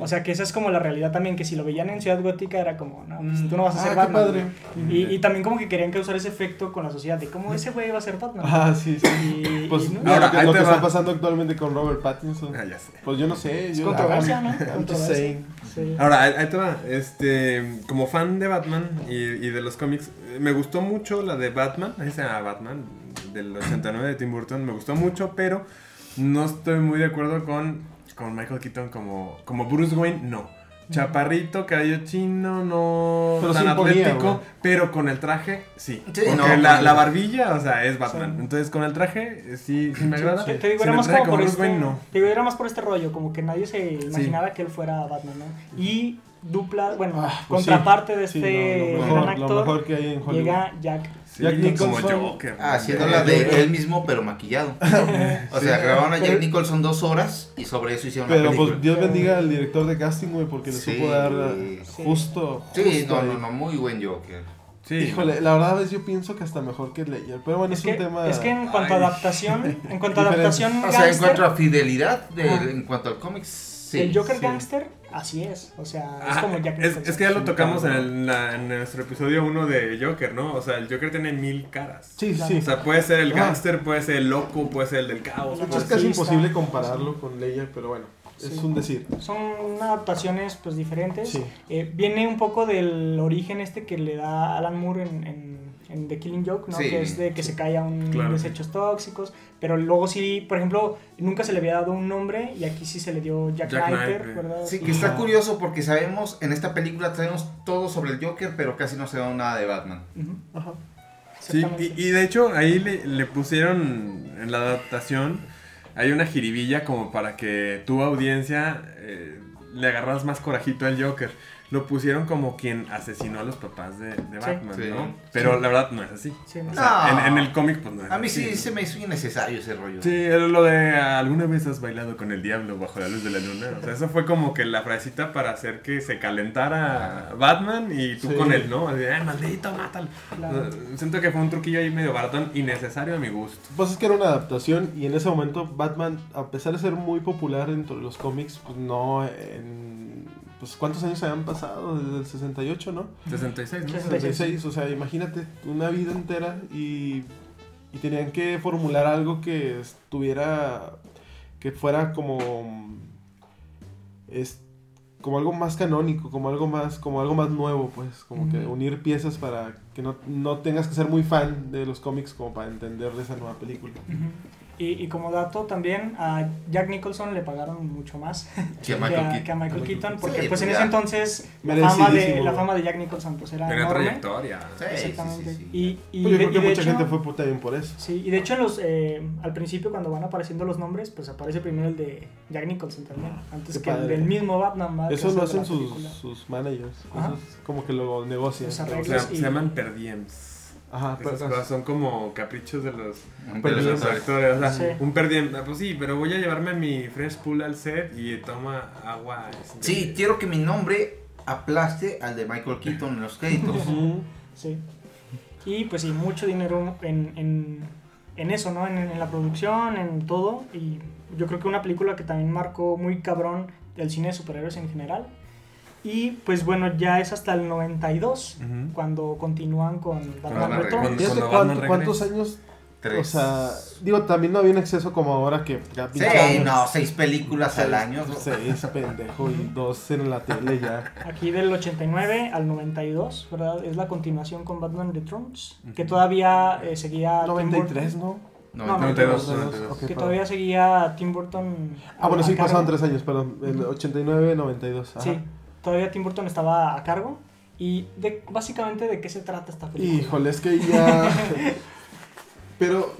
S4: O sea, que esa es como la realidad también, que si lo veían en Ciudad Gótica era como, no, pues tú no vas a
S2: Ah,
S4: ser
S2: qué
S4: Batman.
S2: padre.
S4: güey. Y, y también como que querían causar ese efecto con la sociedad, de cómo ese güey va a ser Batman.
S2: Ah, sí, sí.
S4: Y-
S2: Pues
S4: y no.
S2: mira,
S3: Ahora,
S2: lo que,
S3: ahí
S2: lo
S3: te
S2: que
S3: va.
S2: está pasando actualmente con Robert Pattinson.
S3: Ah, ya sé.
S2: Pues yo no sé.
S4: Es
S2: yo-
S4: controversia,
S2: I'm-
S4: ¿no?
S2: I'm just
S4: Controversia.
S2: saying.
S4: Sí.
S3: Ahora, ahí ahí te va. Este, como fan de Batman y, y de los cómics, eh, me gustó mucho la de Batman, esa Batman del 89 de Tim Burton, me gustó mucho, pero no estoy muy de acuerdo con, con Michael Keaton como, como Bruce Wayne, no. Chaparrito, cabello chino, no
S2: Pero
S3: tan
S2: sí imponía,
S3: atlético,
S2: güey.
S3: pero con el traje, sí.
S1: Sí,
S3: Porque
S1: no,
S3: la,
S1: pues,
S3: la barbilla, o sea, es Batman.
S4: Sí.
S3: Entonces, con el traje, eh, sí, sí me
S2: Sí,
S3: agrada.
S2: sí.
S4: Te digo,
S3: Sin
S4: era
S3: el
S4: más
S3: traje
S4: como por
S3: Bruce
S4: este,
S3: Wayne, no.
S4: te digo, era más por este rollo, como que nadie se imaginara que él fuera Batman, ¿no? Y dupla, bueno,
S2: Ah, pues sí.
S4: contraparte de
S2: Sí,
S4: este
S2: no, lo
S4: gran
S2: mejor- Lo mejor
S4: actor,
S2: que hay en Hollywood.
S4: llega Jack.
S3: Sí,
S2: Jack
S3: como
S2: Nicholson.
S3: Joker.
S1: Ah, haciendo la
S3: Eh,
S1: de él mismo, pero maquillado. O sea, grabaron a Jack
S2: Pero-
S1: Nicholson dos horas y sobre eso hicieron la
S2: Pero
S1: película.
S2: pues Dios bendiga al director de casting, güey, porque le
S1: Sí.
S2: supo dar eh,
S4: Sí.
S2: justo.
S1: Sí,
S2: justo
S1: no,
S2: ahí.
S1: no, no, muy buen Joker.
S3: Sí,
S2: Híjole, la verdad a veces yo pienso que hasta mejor que Ledger, pero bueno,
S4: Es
S2: es,
S4: que,
S2: un tema...
S4: es que en cuanto
S3: Ay.
S4: a adaptación, en cuanto a
S2: Diferente.
S4: adaptación
S1: O sea, en
S4: gángster,
S1: cuanto a fidelidad del-
S4: Ajá.
S1: en cuanto al cómics, sí.
S4: el Joker
S2: sí.
S4: Gangster, así es. O sea, es
S3: Ah,
S4: como Jack
S3: es,
S4: Nicholson.
S3: es que ya lo tocamos en, el- la- en nuestro episodio 1 de Joker, ¿no? O sea, el Joker tiene mil caras.
S2: Sí,
S4: Claro.
S2: sí.
S3: O sea, puede ser el
S2: Ah.
S3: gángster, puede ser el loco, puede ser el del caos.
S2: De hecho,
S3: puede
S4: De
S2: es
S4: pues,
S3: ser-
S2: casi
S4: sí,
S2: imposible
S4: está-
S2: compararlo con Ledger, pero bueno, es
S4: Sí.
S2: un decir.
S4: Son adaptaciones pues diferentes.
S2: Sí.
S4: Eh, viene un poco del origen este que le da Alan Moore en, en- en The Killing Joke, ¿no?
S1: Sí,
S4: que es de que
S2: sí.
S4: se cae a un
S3: Claro.
S4: desechos tóxicos. Pero luego sí, por ejemplo, nunca se le había dado un nombre y aquí sí se le dio Jack,
S3: Jack
S4: Knighter,
S3: Knight,
S4: ¿verdad?
S1: Sí, que está curioso porque sabemos, en esta película traemos todo sobre el Joker, pero casi no se da nada de Batman.
S4: Ujú,
S2: Ajá.
S3: Sí,
S4: exactamente.
S3: y, y de hecho ahí le, le pusieron en la adaptación, hay una jiribilla como para que tu audiencia eh, le agarras más corajito al Joker. Lo pusieron como quien asesinó a los papás de, de
S4: Sí.
S3: Batman,
S1: Sí.
S3: ¿no? Pero la verdad no es así.
S4: Sí,
S3: O
S4: no.
S3: sea,
S1: No.
S3: en, en el cómic pues no es
S1: A mí sí
S3: así, ¿no?
S1: se me hizo innecesario ese rollo.
S3: Sí, era lo de alguna vez has bailado con el diablo bajo la luz de la luna. O sea, eso fue como que la frasecita para hacer que se calentara Batman y tú
S2: Sí.
S3: con él, ¿no? Así, "Ah, maldito, mátalo.
S4: Claro.
S3: Eh, Siento que fue un truquillo ahí medio baratón, innecesario a mi gusto.
S2: Pues es que era una adaptación y en ese momento Batman, a pesar de ser muy popular dentro de los cómics, pues no en... Pues cuántos años habían pasado desde el 68, ¿no?
S3: 66, ¿no?
S2: 66, o sea, imagínate una vida entera y, y tenían que formular algo que estuviera, que fuera como, mm, es, como algo más canónico, como algo más, como algo más nuevo, pues, como que
S4: Ujú.
S2: unir piezas
S3: ah.
S2: para que no, no tengas que ser muy fan de los cómics como para entender de esa nueva película.
S4: Ujú. Y, y como dato también, a Jack Nicholson le pagaron mucho más
S1: Que a
S4: que
S1: Michael
S4: a,
S1: Keaton.
S4: que a Michael Keaton, porque
S1: Sí,
S4: pues en
S1: ya.
S4: ese entonces la
S2: Merecidísimo,
S4: fama, de, la
S2: ¿no?
S4: fama de Jack Nicholson pues era
S3: Tenía
S4: enorme.
S3: trayectoria.
S1: Sí, sí, sí,
S4: Exactamente.
S1: sí, sí.
S4: Y, y
S2: Pues yo
S4: de-
S2: creo que
S4: y de
S2: mucha
S4: hecho-
S2: gente fue por- también por eso.
S4: Sí, y de hecho en los, eh, al principio cuando van apareciendo los nombres, pues aparece primero el de Jack Nicholson también, antes
S2: Qué
S4: que el
S2: padre.
S4: del mismo Batman. ¿verdad?
S2: Eso
S4: Ah, Que
S2: lo
S4: hace de
S2: hacen
S4: la
S2: sus,
S4: película.
S2: sus managers.
S4: Ajá.
S2: Eso es como que lo negocian.
S4: Los
S3: O
S4: arreglos.
S3: sea,
S4: Reglas
S3: se
S4: y- Ah,
S3: llaman per diems.
S2: Ajá,
S3: Esas
S2: pero-
S3: cosas son como caprichos de los, de
S1: Pero
S3: los
S1: los actores.
S3: actores. O sea,
S4: Sí.
S3: un per diem. Ah, Pues sí, pero voy a llevarme mi fresh pool al set y toma agua. este,
S1: Sí, quiero que mi nombre aplaste al de Michael Keaton en los créditos.
S2: Ujú.
S4: Sí. Y pues sí, mucho dinero en, en, en eso, ¿no? En, en la producción, en todo. Y yo creo que una película que también marcó muy cabrón el cine de superhéroes en general. Y pues bueno, ya es hasta el 92
S3: Ujú.
S4: cuando continúan con
S1: Batman
S4: Batman Returns.
S3: Returns.
S2: Fíjate
S3: Cuando
S2: cuánto-
S3: Batman
S2: cuántos
S3: regresa.
S2: años.
S1: Tres.
S2: O sea, digo, también no había un exceso como ahora que. ya
S1: Sí,
S2: pinche años.
S1: no, seis películas al año. ¿no?
S2: Seis, pendejo, y dos en la tele ya.
S4: Aquí del 89 al 92, ¿verdad? Es la continuación con Batman Returns, que
S3: Ujú.
S4: todavía eh, seguía... Tim Burton-
S2: 93, ¿no?
S1: No,
S4: No,
S1: no,
S4: no.
S2: 92,
S3: 92, 92.
S2: ok,
S4: Que
S2: perdón.
S4: todavía seguía Tim Burton...
S2: Ah, bueno, sí,
S4: a cargo.
S2: pasaron tres años, perdón. El 89, 92. Ajá.
S4: Sí, todavía Tim Burton estaba a cargo. Y de, básicamente de qué se trata esta película.
S2: Híjole, es que ya. Pero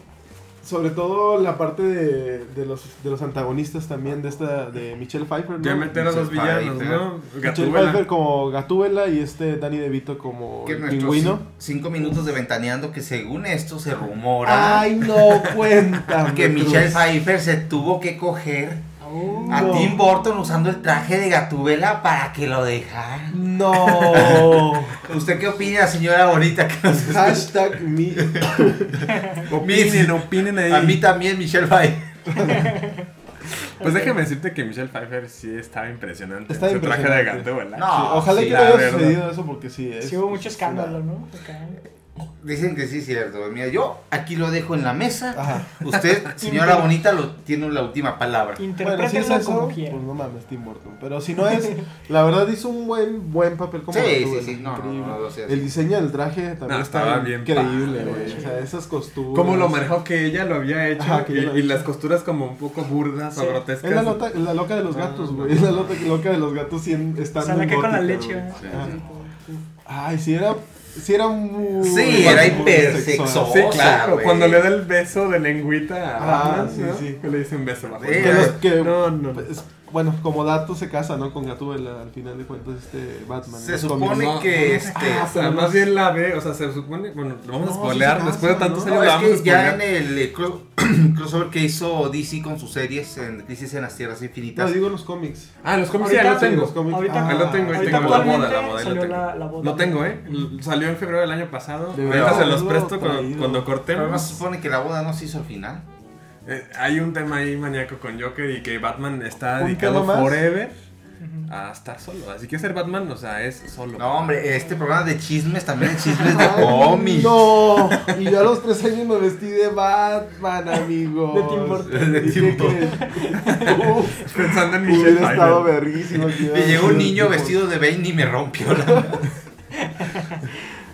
S2: sobre todo la parte de, de los, de los antagonistas también de esta de Michelle Pfeiffer. ¿no?
S3: Ya meter a los
S1: Michelle
S3: villanos,
S1: Pfeiffer.
S3: ¿no?
S2: Michelle Pfeiffer
S3: Gatúbela.
S2: como Gatúbela y este Danny DeVito como
S1: Que
S2: el
S1: nuestros
S2: pingüino.
S1: cin- cinco minutos de ventaneando que según esto se rumora
S2: Ay, no cuentan.
S1: que Michelle Pfeiffer se tuvo que coger
S4: Oh.
S1: a
S2: No.
S1: Tim Burton usando el traje de Gatubela para que lo dejara.
S2: No.
S1: ¿Usted qué opina, señora bonita? Que nos escucha?
S2: Hashtag mi.
S3: Opinen, opinen ahí.
S1: A mí también, Michelle Pfeiffer.
S3: Pues déjame decirte que Michelle Pfeiffer sí estaba impresionante.
S2: Estaba
S3: Su traje de
S2: impresionante.
S3: Gatúbela.
S1: No. Ah,
S2: Ojalá
S3: sí,
S2: que no
S3: la
S2: haya
S3: verdad.
S2: sucedido eso porque sí es.
S4: Sí hubo mucho
S2: es
S4: escándalo,
S2: una-
S4: ¿no? Acá.
S1: Dicen que sí, es cierto. Mira, yo aquí lo dejo en la mesa.
S2: Ajá.
S1: Usted, señora
S4: Inter-
S1: bonita, lo tiene la última palabra.
S2: Bueno, si es
S4: Interprétenlo
S2: eso,
S4: como
S2: pues
S4: quieran.
S2: no mames, Tim Burton. Pero si no es, la verdad hizo un buen, buen papel como
S1: Sí,
S2: Gatúbela,
S1: sí, sí, no, no,
S2: increíble.
S1: no, no, o sea,
S2: El diseño del traje también
S3: No,
S2: estaba
S3: estaba bien
S2: increíble,
S3: padre,
S2: güey.
S4: sí.
S2: O sea, esas costuras.
S3: Cómo lo manejó que ella lo había hecho
S2: Ajá, que
S3: y,
S2: ella lo
S3: y
S2: hizo.
S3: las costuras como un poco burdas
S4: Sí.
S3: o grotescas.
S2: Es la, lota- la loca de los
S3: Ah,
S2: gatos,
S3: no.
S2: güey. Es la lota- loca de los gatos sí en-
S4: O
S2: está
S4: sea,
S2: muy
S4: la que con la
S2: gótica,
S4: leche.
S2: güey.
S4: ¿verdad?
S2: Ajá.
S4: Sí.
S2: Ay, sí era, sí era muy...
S1: Sí, era
S2: muy
S1: hipersexual.
S2: sexual.
S3: Sí,
S1: O sea,
S3: claro,
S1: güey.
S3: cuando le da el beso de lengüita a
S2: Ah,
S3: Batman,
S2: sí,
S3: ¿no?
S2: sí.
S3: Que le dice un beso bajo el
S1: Sí,
S2: Que
S3: brazo.
S2: los- que-
S3: No, no, no.
S2: pues, bueno, como dato se casa, ¿no? Con Gatúbela, al final de cuentas, este Batman. en
S1: Se
S2: los
S1: supone
S2: cómics.
S3: No,
S1: que
S3: no,
S1: este.
S2: Ah,
S3: O sea, más bien la ve, o sea, se supone, bueno, lo vamos
S2: No,
S3: a
S2: sí
S3: spoilear,
S2: se cansa,
S3: después de tantos
S2: ¿no?
S3: años
S1: No,
S3: lo
S1: es
S3: vamos a
S1: que ya
S3: spoilear.
S1: en el eh, cro- crossover que hizo DC con sus series en Crisis en las Tierras
S2: No,
S1: Infinitas.
S2: digo en los cómics.
S3: Ah, los cómics ya
S4: Ahorita-
S3: lo
S2: los
S3: tengo.
S2: cómics.
S4: Ahorita-
S3: Ah, lo tengo, ahí
S4: Ahorita
S3: tengo la moda,
S4: actualmente
S3: la moda, ahí
S4: salió
S3: lo tengo.
S4: la, la boda.
S3: Lo tengo, ¿eh? L- Salió en febrero del año pasado.
S2: Debería
S3: Ahorita se los
S2: haberlo
S3: presto cuando,
S2: traído.
S3: cuando
S1: Pero
S3: cortemos.
S1: además se supone que la boda no se hizo al final.
S3: Eh, hay un tema ahí maníaco con Joker y que Batman está
S2: ¿Un
S3: dedicado
S2: tema más?
S3: forever
S4: Ujú.
S3: a estar solo. Así que ser Batman, o sea, es solo.
S1: No, hombre, este programa de chismes también es chismes de
S2: Ay,
S1: cómics.
S2: No, y yo a los tres años me vestí de Batman, amigo.
S4: De Tim Burton.
S1: De Tim Burton.
S3: Pensando en Michelle
S2: Hubiera estado
S3: Pfeiffer.
S2: verguísimo. que
S1: Me
S2: hubiera
S1: llegó un
S2: sido
S1: niño
S2: Tim
S1: vestido de Bane y me rompió la.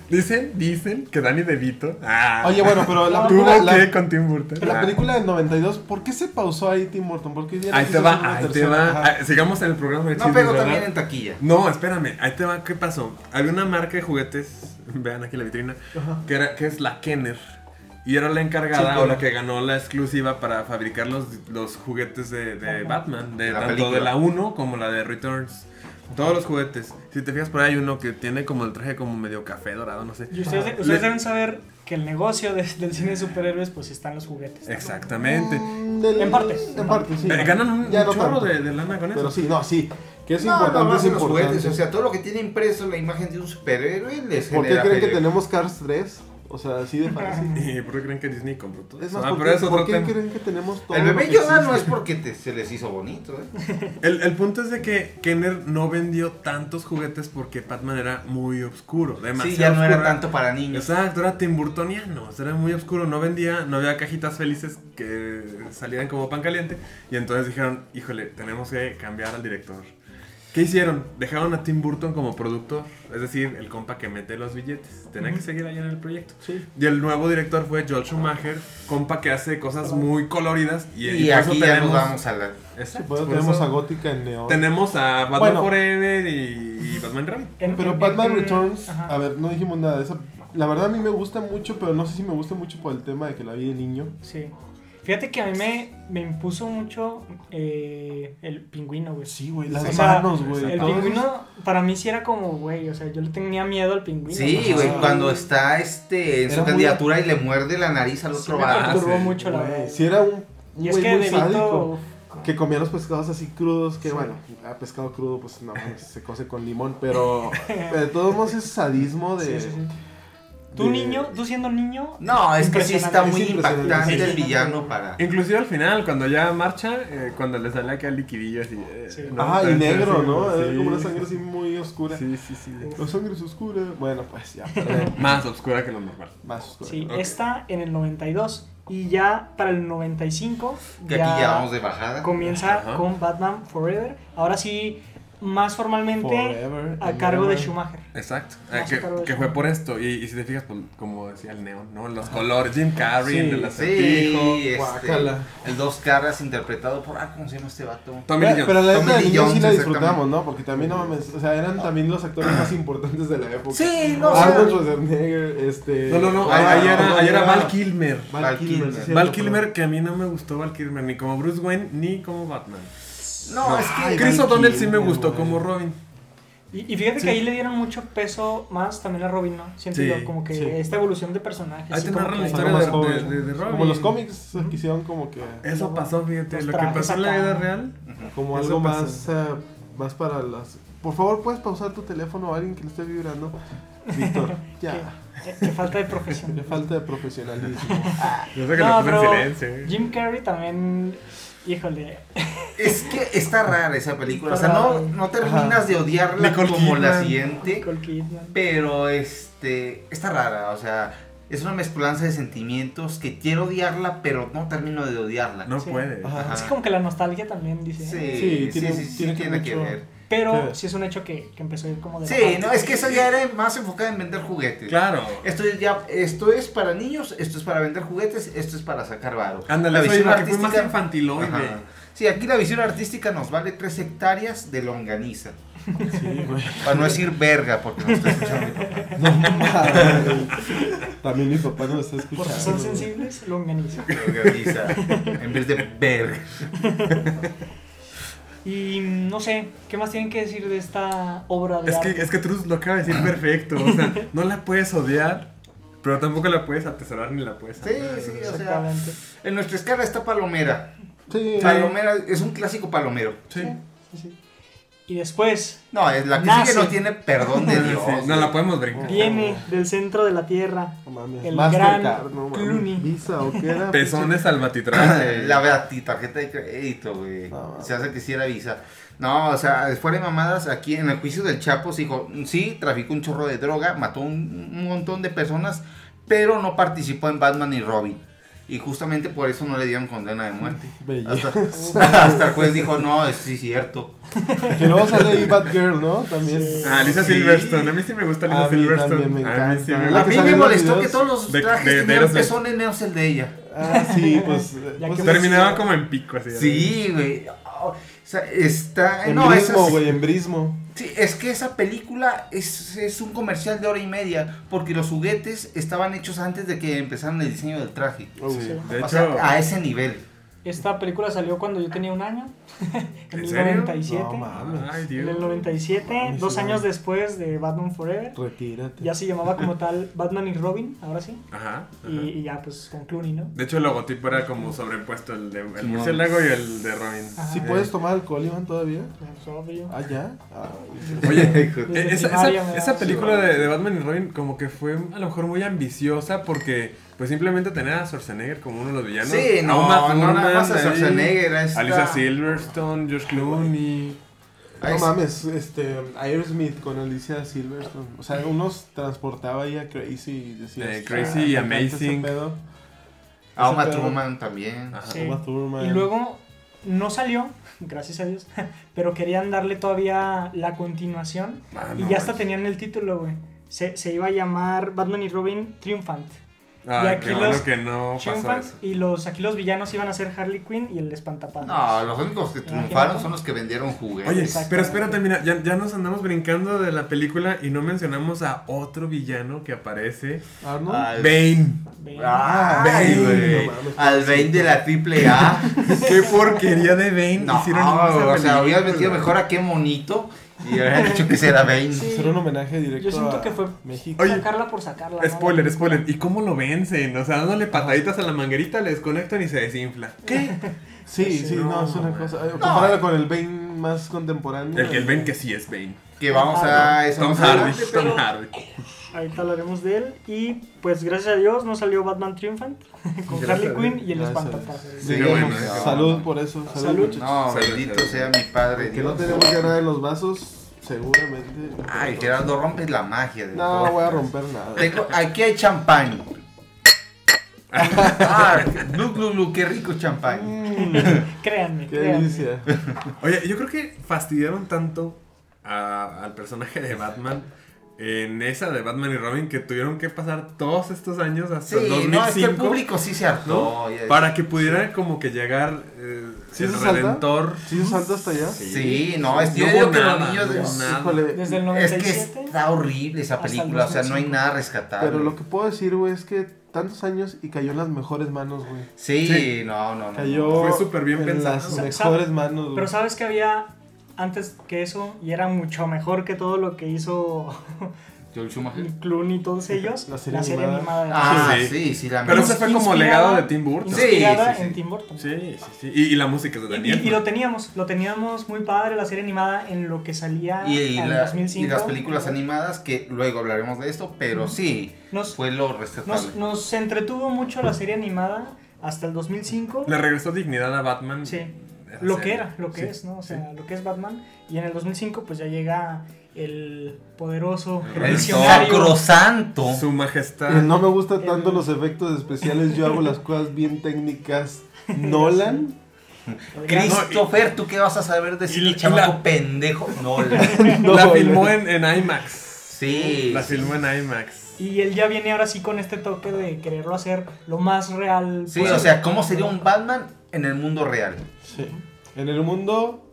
S3: Dicen, dicen que Danny DeVito. Ah,
S2: Burton. Oye, bueno, pero la
S3: tuvo
S2: película, la,
S3: que con Tim Burton.
S2: pero la
S3: Ah.
S2: película del 92, ¿por qué se pausó ahí Tim Burton? Porque ya no
S3: Ahí te
S2: quiso hacer
S3: va,
S2: una
S3: ahí te
S2: tercera.
S3: va.
S2: Ajá.
S3: Ah, Sigamos en el programa de
S1: No,
S3: chismes,
S1: pero
S3: ¿verdad?
S1: también en taquilla.
S3: No, espérame, ahí te va, ¿qué pasó? Había una marca de juguetes, vean aquí la vitrina,
S2: Ajá.
S3: que, era, que es la Kenner. Y era la encargada
S2: Sí,
S3: o la
S2: claro.
S3: que ganó la exclusiva para fabricar los, los juguetes de, de
S4: Ajá.
S3: Batman, de
S1: La
S3: tanto
S1: película.
S3: de la 1 como la de Returns. Todos los juguetes. Si te fijas por ahí hay uno que tiene como el traje como medio café dorado, no sé.
S4: Y ustedes,
S3: Le-
S4: ustedes deben saber que el negocio de- del cine de superhéroes pues están los juguetes.
S3: Eh,
S4: ¿no?
S3: Exactamente.
S2: Mm, del-
S4: En parte.
S2: En parte, sí.
S3: Eh, Ganan un
S2: Ya no
S3: chorro
S2: tanto.
S3: de, de lana con
S2: Pero
S3: eso.
S2: sí, no, sí. Que es
S1: No,
S2: importante,
S1: nomás
S2: es
S1: en los
S2: importante.
S1: juguetes, O sea, todo lo que tiene impreso la imagen de un superhéroe les
S2: ¿Por qué
S1: genera
S2: creen que
S1: feria.
S2: tenemos Cars 3? O sea, así de fácil.
S3: ¿Y por qué creen que Disney compró todo?
S2: Es
S3: eso?
S2: más,
S3: ah,
S2: ¿por,
S3: pero
S2: qué,
S3: es otro
S2: por qué
S3: tema.
S2: creen que tenemos todo
S1: El
S2: lo
S1: bebé
S2: que
S1: Yoda no
S2: existe?
S1: es porque te- se les hizo bonito, ¿eh?
S3: El, el punto es de que Kenner no vendió tantos juguetes porque Batman era muy oscuro, demasiado
S1: Sí, ya no era
S3: oscuro.
S1: tanto para niños.
S3: Exacto, era Tim Burtoniano, o sea, era muy oscuro, no vendía, no había cajitas felices que salieran como pan caliente y entonces dijeron, híjole, tenemos que cambiar al director. ¿Qué hicieron? Dejaron a Tim Burton como productor, es decir, el compa que mete los billetes. Tenía que
S4: Ujú.
S3: seguir allá en el proyecto.
S4: Sí.
S3: Y el nuevo director fue Joel Schumacher, compa que hace cosas muy coloridas. Y,
S1: Oh. Y,
S3: y por eso
S1: aquí ya nos vamos a la...
S3: Exacto,
S2: Supongo que
S3: por
S2: tenemos
S3: eso
S2: a Gótica en Neon.
S3: tenemos a Batman
S2: Bueno.
S3: Forever y, y Batman Returns.
S4: En-
S2: Pero
S4: en-
S2: Batman
S4: en-
S2: Returns,
S4: ajá.
S2: a ver, no dijimos nada de eso. La verdad a mí me gusta mucho, pero no sé si me gusta mucho por el tema de que la vi de niño.
S4: Sí. Fíjate que a mí me, me impuso mucho eh, el pingüino, güey.
S2: Sí, güey, las
S4: O sea,
S2: manos, güey.
S4: El
S2: todo eso.
S4: pingüino para mí sí era como, güey, o sea, yo le tenía miedo al pingüino.
S1: Sí,
S4: ¿no?
S1: güey,
S4: O sea,
S1: cuando está este en
S2: Era
S1: su
S2: muy-
S1: candidatura y le muerde la nariz al
S4: sí
S1: otro
S4: me
S1: vato.
S4: perturbó
S3: sí,
S4: mucho la
S2: Güey,
S4: verdad.
S2: sí era un
S4: y es
S2: güey
S4: que
S2: muy sádico.
S4: Debito
S2: Que comía los pescados así crudos, que
S4: Sí.
S2: bueno, a pescado crudo pues no, pues, se cose con limón, pero pero de todos modos es sadismo de...
S4: Sí, sí, sí. Tú
S2: de-
S4: niño, tú siendo niño,
S1: No, es que sí está
S4: Impresionante,
S1: muy
S2: es impresionante.
S1: impactante
S4: Sí.
S1: el villano para.
S3: Inclusive al final, cuando ya marcha, eh, cuando le sale acá el liquidillo así. eh,
S4: Sí.
S3: ¿no?
S2: Ah, y
S3: Entonces,
S2: negro,
S3: sí,
S2: ¿no?
S3: sí.
S2: Era como una sangre así muy oscura.
S3: Sí, sí, sí.
S2: La sangre es oscura. Bueno, pues ya, perdón.
S3: Más oscura que lo normal.
S2: Más oscura.
S4: sí,
S3: Ok.
S4: está en el 92 y ya para el 95
S1: Que aquí ya vamos de bajada.
S4: comienza
S3: Ajá.
S4: con Batman Forever. Ahora sí, más formalmente
S2: Forever
S4: a
S2: and
S4: cargo de
S2: ever.
S4: Schumacher.
S3: Exacto.
S4: Más
S3: Ah, que,
S4: oscura de
S3: que
S4: eso.
S3: fue por esto. Y, y si te fijas, pues, como decía el neón, ¿no? Los colores. Jim Carrey,
S2: Sí,
S3: el del acertijo.
S1: Sí, este,
S2: guácala.
S1: el dos caras interpretado por. Ah, ¿cómo se llama este vato?
S3: Tommy Lee
S2: Pero-
S3: Jones.
S2: Pero la
S1: Tommy
S2: época de
S1: Lee
S2: niños sí
S1: Jones,
S2: la
S1: exactamente.
S2: disfrutamos, ¿no? Porque también no mames, o sea, eran también los actores más importantes de la época.
S1: Sí, no, o sea,
S2: Arnold Schwarzenegger, este...
S3: No, no, no.
S1: Ah,
S3: ahí, ahí
S1: no,
S3: era,
S1: no,
S3: ahí era
S1: no.
S3: Val Kilmer.
S2: Val Kilmer. sí,
S1: Val
S2: cierto,
S3: Val
S2: perdón.
S3: Kilmer, que a mí no me gustó Val Kilmer, ni como Bruce Wayne, ni como Batman.
S1: No, es que.
S2: Ay,
S3: Chris
S2: Val
S3: O'Donnell sí me
S2: Kilmer,
S3: gustó
S2: güey.
S3: como Robin.
S4: Y, y fíjate
S3: Sí.
S4: que ahí le dieron mucho peso más también a Robin, ¿no? Siento
S3: Sí,
S4: yo, como que
S2: sí.
S4: esta evolución de personajes.
S3: Ahí
S4: sí,
S3: te
S4: como
S3: narran la
S4: que-
S2: Cuando
S3: historia
S2: más
S3: de-
S2: jóvenes.
S3: de- de Robin.
S2: Como los cómics que hicieron como que...
S3: Eso pasó, fíjate.
S4: Los
S3: Lo que
S4: trajes
S3: pasó en la
S4: acá.
S3: vida real.
S2: Como
S3: Eso
S2: algo
S3: pasa.
S2: más, eh, más para las... Por favor, ¿puedes pausar tu teléfono a alguien que le esté vibrando? Víctor, ya.
S4: Qué, qué falta eh, de
S2: Qué
S4: profesión.
S2: falta de profesionalismo.
S3: Yo sé que
S4: No,
S3: lo puse en
S4: pero
S3: silencio. eh.
S4: Jim Carrey también, híjole,
S1: Es que está rara esa película. O sea,
S4: Está
S1: no,
S4: rara.
S1: no terminas
S2: Ajá.
S1: de odiarla
S3: Nicole
S1: como la
S3: Kidman.
S1: siguiente.
S4: Nicole Kidman.
S1: Pero este. Está rara. O sea, es una mezcolanza de sentimientos que quiero odiarla, pero no termino de odiarla.
S3: No
S4: Sí.
S3: puede.
S2: Ajá.
S4: Es que como que la nostalgia también dice.
S1: Sí,
S4: ¿eh?
S1: sí, sí,
S2: tiene-
S1: sí, sí,
S2: tiene
S1: tiene,
S2: que
S1: que
S2: mucho-
S1: ver.
S4: Pero
S2: Sí.
S4: sí es un hecho que, que empezó a ir como de. la
S1: Sí,
S4: parte.
S1: no, es que esa ya era más enfocada en vender juguetes.
S3: Claro.
S1: Esto es, ya, esto es para niños, esto es para vender juguetes, esto es para sacar varo.
S3: Ándale,
S1: la
S3: eso
S1: visión
S3: iba, que fue más
S1: artística.
S3: infantiloide.
S1: Ajá. Sí, aquí la visión artística nos vale 3 hectáreas de longaniza.
S2: Sí, güey.
S1: Para no decir verga, porque no está escuchando mi papá.
S2: No mames. También mi papá nos está escuchando.
S4: Por si son
S2: güey.
S4: sensibles, lo organiza.
S1: Longaniza, en vez de verga.
S4: Y mm, no sé, ¿qué más tienen que decir de esta obra de
S3: Es que,
S4: arte?
S3: es que Truth lo acaba de decir perfecto. O sea, no la puedes odiar, pero tampoco la puedes atesorar ni la puedes.
S1: Sí,
S3: amar.
S1: sí, o sea,
S4: Exactamente.
S1: en nuestra escala está Palomera.
S2: Sí.
S1: Palomera es un clásico palomero.
S3: Sí.
S4: Sí, sí. Y después
S1: No, es la que
S4: Nace.
S1: sigue no tiene perdón de
S3: Sí,
S1: Dios.
S3: No la podemos brincar.
S4: viene del centro de la tierra.
S2: No mames.
S4: El
S2: Mastercard,
S4: gran
S2: no mames.
S4: Clooney.
S2: Visa o qué era.
S3: Pezones al
S1: Eh,
S3: matitrán.
S1: La verdad, ti- tarjeta de crédito, güey.
S2: No,
S1: se hace que sí era visa. No, o sea, fuera de mamadas, aquí en el juicio del Chapo se dijo, sí, traficó un chorro de droga, mató un, un montón de personas, pero no participó en Batman y Robin. Y justamente por eso no le dieron condena de muerte.
S2: Belleza.
S1: Hasta, hasta el juez dijo, no, es sí cierto.
S2: Que luego sale ahí Batgirl, ¿no? También.
S4: Sí.
S3: Ah, Lisa
S1: Sí.
S3: Silverstone. A mí sí me gusta Lisa
S2: A mí
S3: Silverstone.
S2: también me
S3: A mí sí
S2: encanta.
S3: me
S1: A
S2: La
S3: gusta.
S1: mí
S2: que sale
S1: me
S2: en los
S1: molestó
S2: videos
S1: que todos los
S3: de-
S1: trajes
S3: de- de
S1: tenían
S3: Aerosmith.
S1: pezones menos el de ella.
S2: Ah, sí, pues.
S4: Ya
S2: pues
S4: que
S2: es-
S3: Terminaba como en pico así. ¿eh?
S1: Sí, güey. Oh, O sea, está...
S2: En
S1: no, eso
S2: brismo,
S1: es-
S2: güey, en brismo.
S1: Sí, es que esa película es, es un comercial de hora y media, porque los juguetes estaban hechos antes de que empezaran el diseño del traje.
S2: Oh,
S3: Sí.
S2: güey.
S3: De
S1: o
S3: hecho,
S1: sea, a ese nivel.
S4: Esta película salió cuando yo tenía un año. en
S3: ¿En
S4: el
S3: serio?
S4: 97.
S2: No mames.
S3: ay,
S4: en
S3: Dios.
S4: el 97, dos años después de Batman Forever.
S2: Retírate.
S4: Ya se llamaba como tal Batman y Robin, ahora sí.
S3: Ajá. ajá.
S4: Y, y ya pues con Clooney, ¿no?
S3: De hecho, el logotipo era como sobrepuesto el de el
S1: Sí,
S3: murciélago y el de Robin.
S4: Ajá.
S2: ¿Sí
S3: Eh.
S1: pues,
S2: puedes tomar alcohol, Iván, todavía?
S4: Pues, obvio.
S2: Ah, ya. Ah,
S3: Oye,
S1: hijo.
S4: Desde
S3: Eh, Esa, esa-
S4: primaria me
S3: esa
S4: daba-
S3: película de, de Batman y Robin como que fue a lo mejor muy ambiciosa porque pues simplemente tener a Schwarzenegger como uno de los villanos.
S1: Sí,
S3: A
S1: no,
S3: Uma
S1: no nada
S3: Thurman
S1: más a
S3: ahí,
S1: Schwarzenegger, a esta-
S3: a Lisa Silverstone, George Clooney.
S1: Ahí
S2: No
S1: sí.
S2: mames, este, Aerosmith con Alicia Silverstone. O sea, unos transportaba ahí a Crazy y decías,
S3: Eh, Crazy y
S2: "Ah, me encanta ese
S3: Amazing".
S2: pedo".
S1: A Uma
S2: Ese pedo.
S3: Ah.
S1: Thurman también.
S3: Ajá.
S4: Sí.
S2: Uma Thurman.
S4: Y luego no salió, gracias a Dios, pero querían darle todavía la continuación.
S3: Ah,
S4: y
S3: no
S4: ya hasta
S3: manches.
S4: tenían el título, güey. Se, se iba a llamar Batman y Robin Triumphant.
S3: Ay,
S4: Y aquí
S3: qué bueno
S4: los-
S3: que no pasó
S4: Triumphant
S3: eso.
S4: y los, aquí los villanos iban a ser Harley Quinn y el Espantapantas.
S1: No, los únicos que triunfaron son los que vendieron juguetes.
S3: Oye,
S4: Exactamente.
S3: pero espérate, mira, ya, ya nos andamos brincando de la película y no mencionamos a otro villano que aparece.
S2: Arnold.
S3: ah,
S1: Ay,
S3: Bane.
S4: Ven.
S1: Ah,
S3: Bane,
S1: güey.
S2: no mames.
S1: Al Bane de la triple A.
S3: Qué porquería de Bane
S1: No,
S3: hicieron en esa
S1: o sea, hubieras
S3: película.
S1: metido mejor a qué monito y hubieran dicho que será Bane.
S4: Sí.
S2: Hacer un homenaje directo
S4: Yo siento
S2: a
S4: que fue
S2: México.
S3: Oye,
S4: sacarla por sacarla. ¿no?
S3: Spoiler, spoiler. ¿Y cómo lo vencen? O sea, dándole pataditas a la manguerita, le desconectan y se desinfla. ¿Qué?
S2: Sí, sí,
S4: sí,
S2: no,
S3: no,
S2: es una
S3: man.
S2: cosa. eh, Compáralo con el Bane más contemporáneo. eh,
S3: El, el Bane que sí es Bane.
S1: Que vamos a eso.
S3: Tom
S1: vamos a-
S3: Hardy. Tom
S4: pero-
S3: Hardy.
S4: Ahorita hablaremos de él. Y pues gracias a Dios no salió Batman Triumphant con
S3: Gracias a
S4: Harley
S3: Dios.
S4: Quinn y el
S2: Gracias.
S4: Espantapantas.
S1: Sí,
S3: Qué bueno,
S2: Digamos,
S3: eh.
S2: Salud por eso. Salud.
S4: Salud.
S2: muchachos.
S1: No,
S3: Sí,
S1: bendito
S3: sí, sí.
S1: sea mi padre.
S2: Que no
S1: Dios.
S2: tenemos que nada en los vasos, seguramente.
S1: Ay, Gerardo, rompes la magia. del
S2: No
S1: podcast.
S2: voy a romper nada.
S1: Tengo- aquí hay champán. ah, glu, glu, glu, qué rico champán.
S2: Mm,
S4: Créanme,
S2: Qué
S4: créanme.
S2: delicia.
S3: Oye, yo creo que fastidiaron tanto a- al personaje de Batman en esa de Batman y Robin que tuvieron que pasar todos estos años hasta
S1: Sí,
S3: el 2005.
S1: no, es que el público sí se hartó.
S3: ¿no?
S1: ya-
S3: Para que pudiera como que llegar eh,
S2: ¿Sí
S3: el
S2: se salta?
S3: redentor.
S2: ¿Sí se salta hasta allá?
S1: Sí, no, es que yo
S3: No
S1: digo
S3: hubo
S1: que los
S3: nada,
S1: niños de-
S3: no hubo nada.
S2: Híjole,
S4: Desde el
S1: Es
S4: 97.
S1: que está horrible esa
S4: hasta el
S1: película, o sea, no hay
S4: 2005.
S1: nada rescatable.
S2: Pero lo que puedo decir, güey, es que tantos años y cayó en las mejores manos, güey.
S1: Sí,
S3: Sí.
S1: no, no, no.
S2: Cayó
S3: Fue súper bien
S2: en
S3: pensado.
S2: las
S4: Sa-
S2: mejores manos, güey.
S4: Pero sabes que había antes que eso y era mucho mejor que todo lo que hizo
S1: Joel Schumacher.
S4: Clooney y todos ellos.
S2: La serie animada.
S4: animada. de
S1: Ah,
S3: Sí.
S1: sí, sí, la
S3: Pero
S1: mejor.
S3: ese fue como
S4: Inspirada-
S3: legado de Tim Burton.
S1: Sí.
S4: Inspirada
S1: sí, sí.
S4: en Tim Burton.
S3: Sí, sí, sí. Y, y la música de
S4: Y,
S3: Daniel.
S4: y- y lo teníamos, lo teníamos muy padre la serie animada en lo que salía
S1: y, y
S4: en
S1: la-
S4: 2005.
S1: y las películas animadas, que luego hablaremos de esto, pero sí,
S4: Nos,
S1: fue lo
S4: nos,
S1: rescatable.
S4: nos entretuvo mucho la serie animada hasta el 2005.
S3: Le regresó dignidad a Batman.
S4: Sí.
S3: Esa
S4: lo
S3: serie.
S4: que era, lo que
S3: Sí,
S4: es, ¿no? O
S3: sí.
S4: sea, lo que es Batman. Y en el 2005 pues ya llega el poderoso
S3: El
S1: el
S4: visionario.
S1: sacrosanto.
S3: Su majestad.
S2: Eh, No me gustan tanto
S4: El-
S2: los efectos especiales, yo hago las cosas bien técnicas. Nolan.
S1: Christopher, ¿tú qué vas a saber de
S3: y
S1: cine,
S3: la-
S1: chamaco pendejo? No, la-
S2: No,
S3: la
S2: güey.
S3: filmó en, en IMAX.
S1: sí.
S3: La filmó en IMAX.
S4: Y él ya viene ahora sí con este toque de quererlo hacer lo más real.
S1: Sí,
S4: posible.
S1: o sea, ¿cómo sería un Batman en el mundo real?
S2: Sí. En el mundo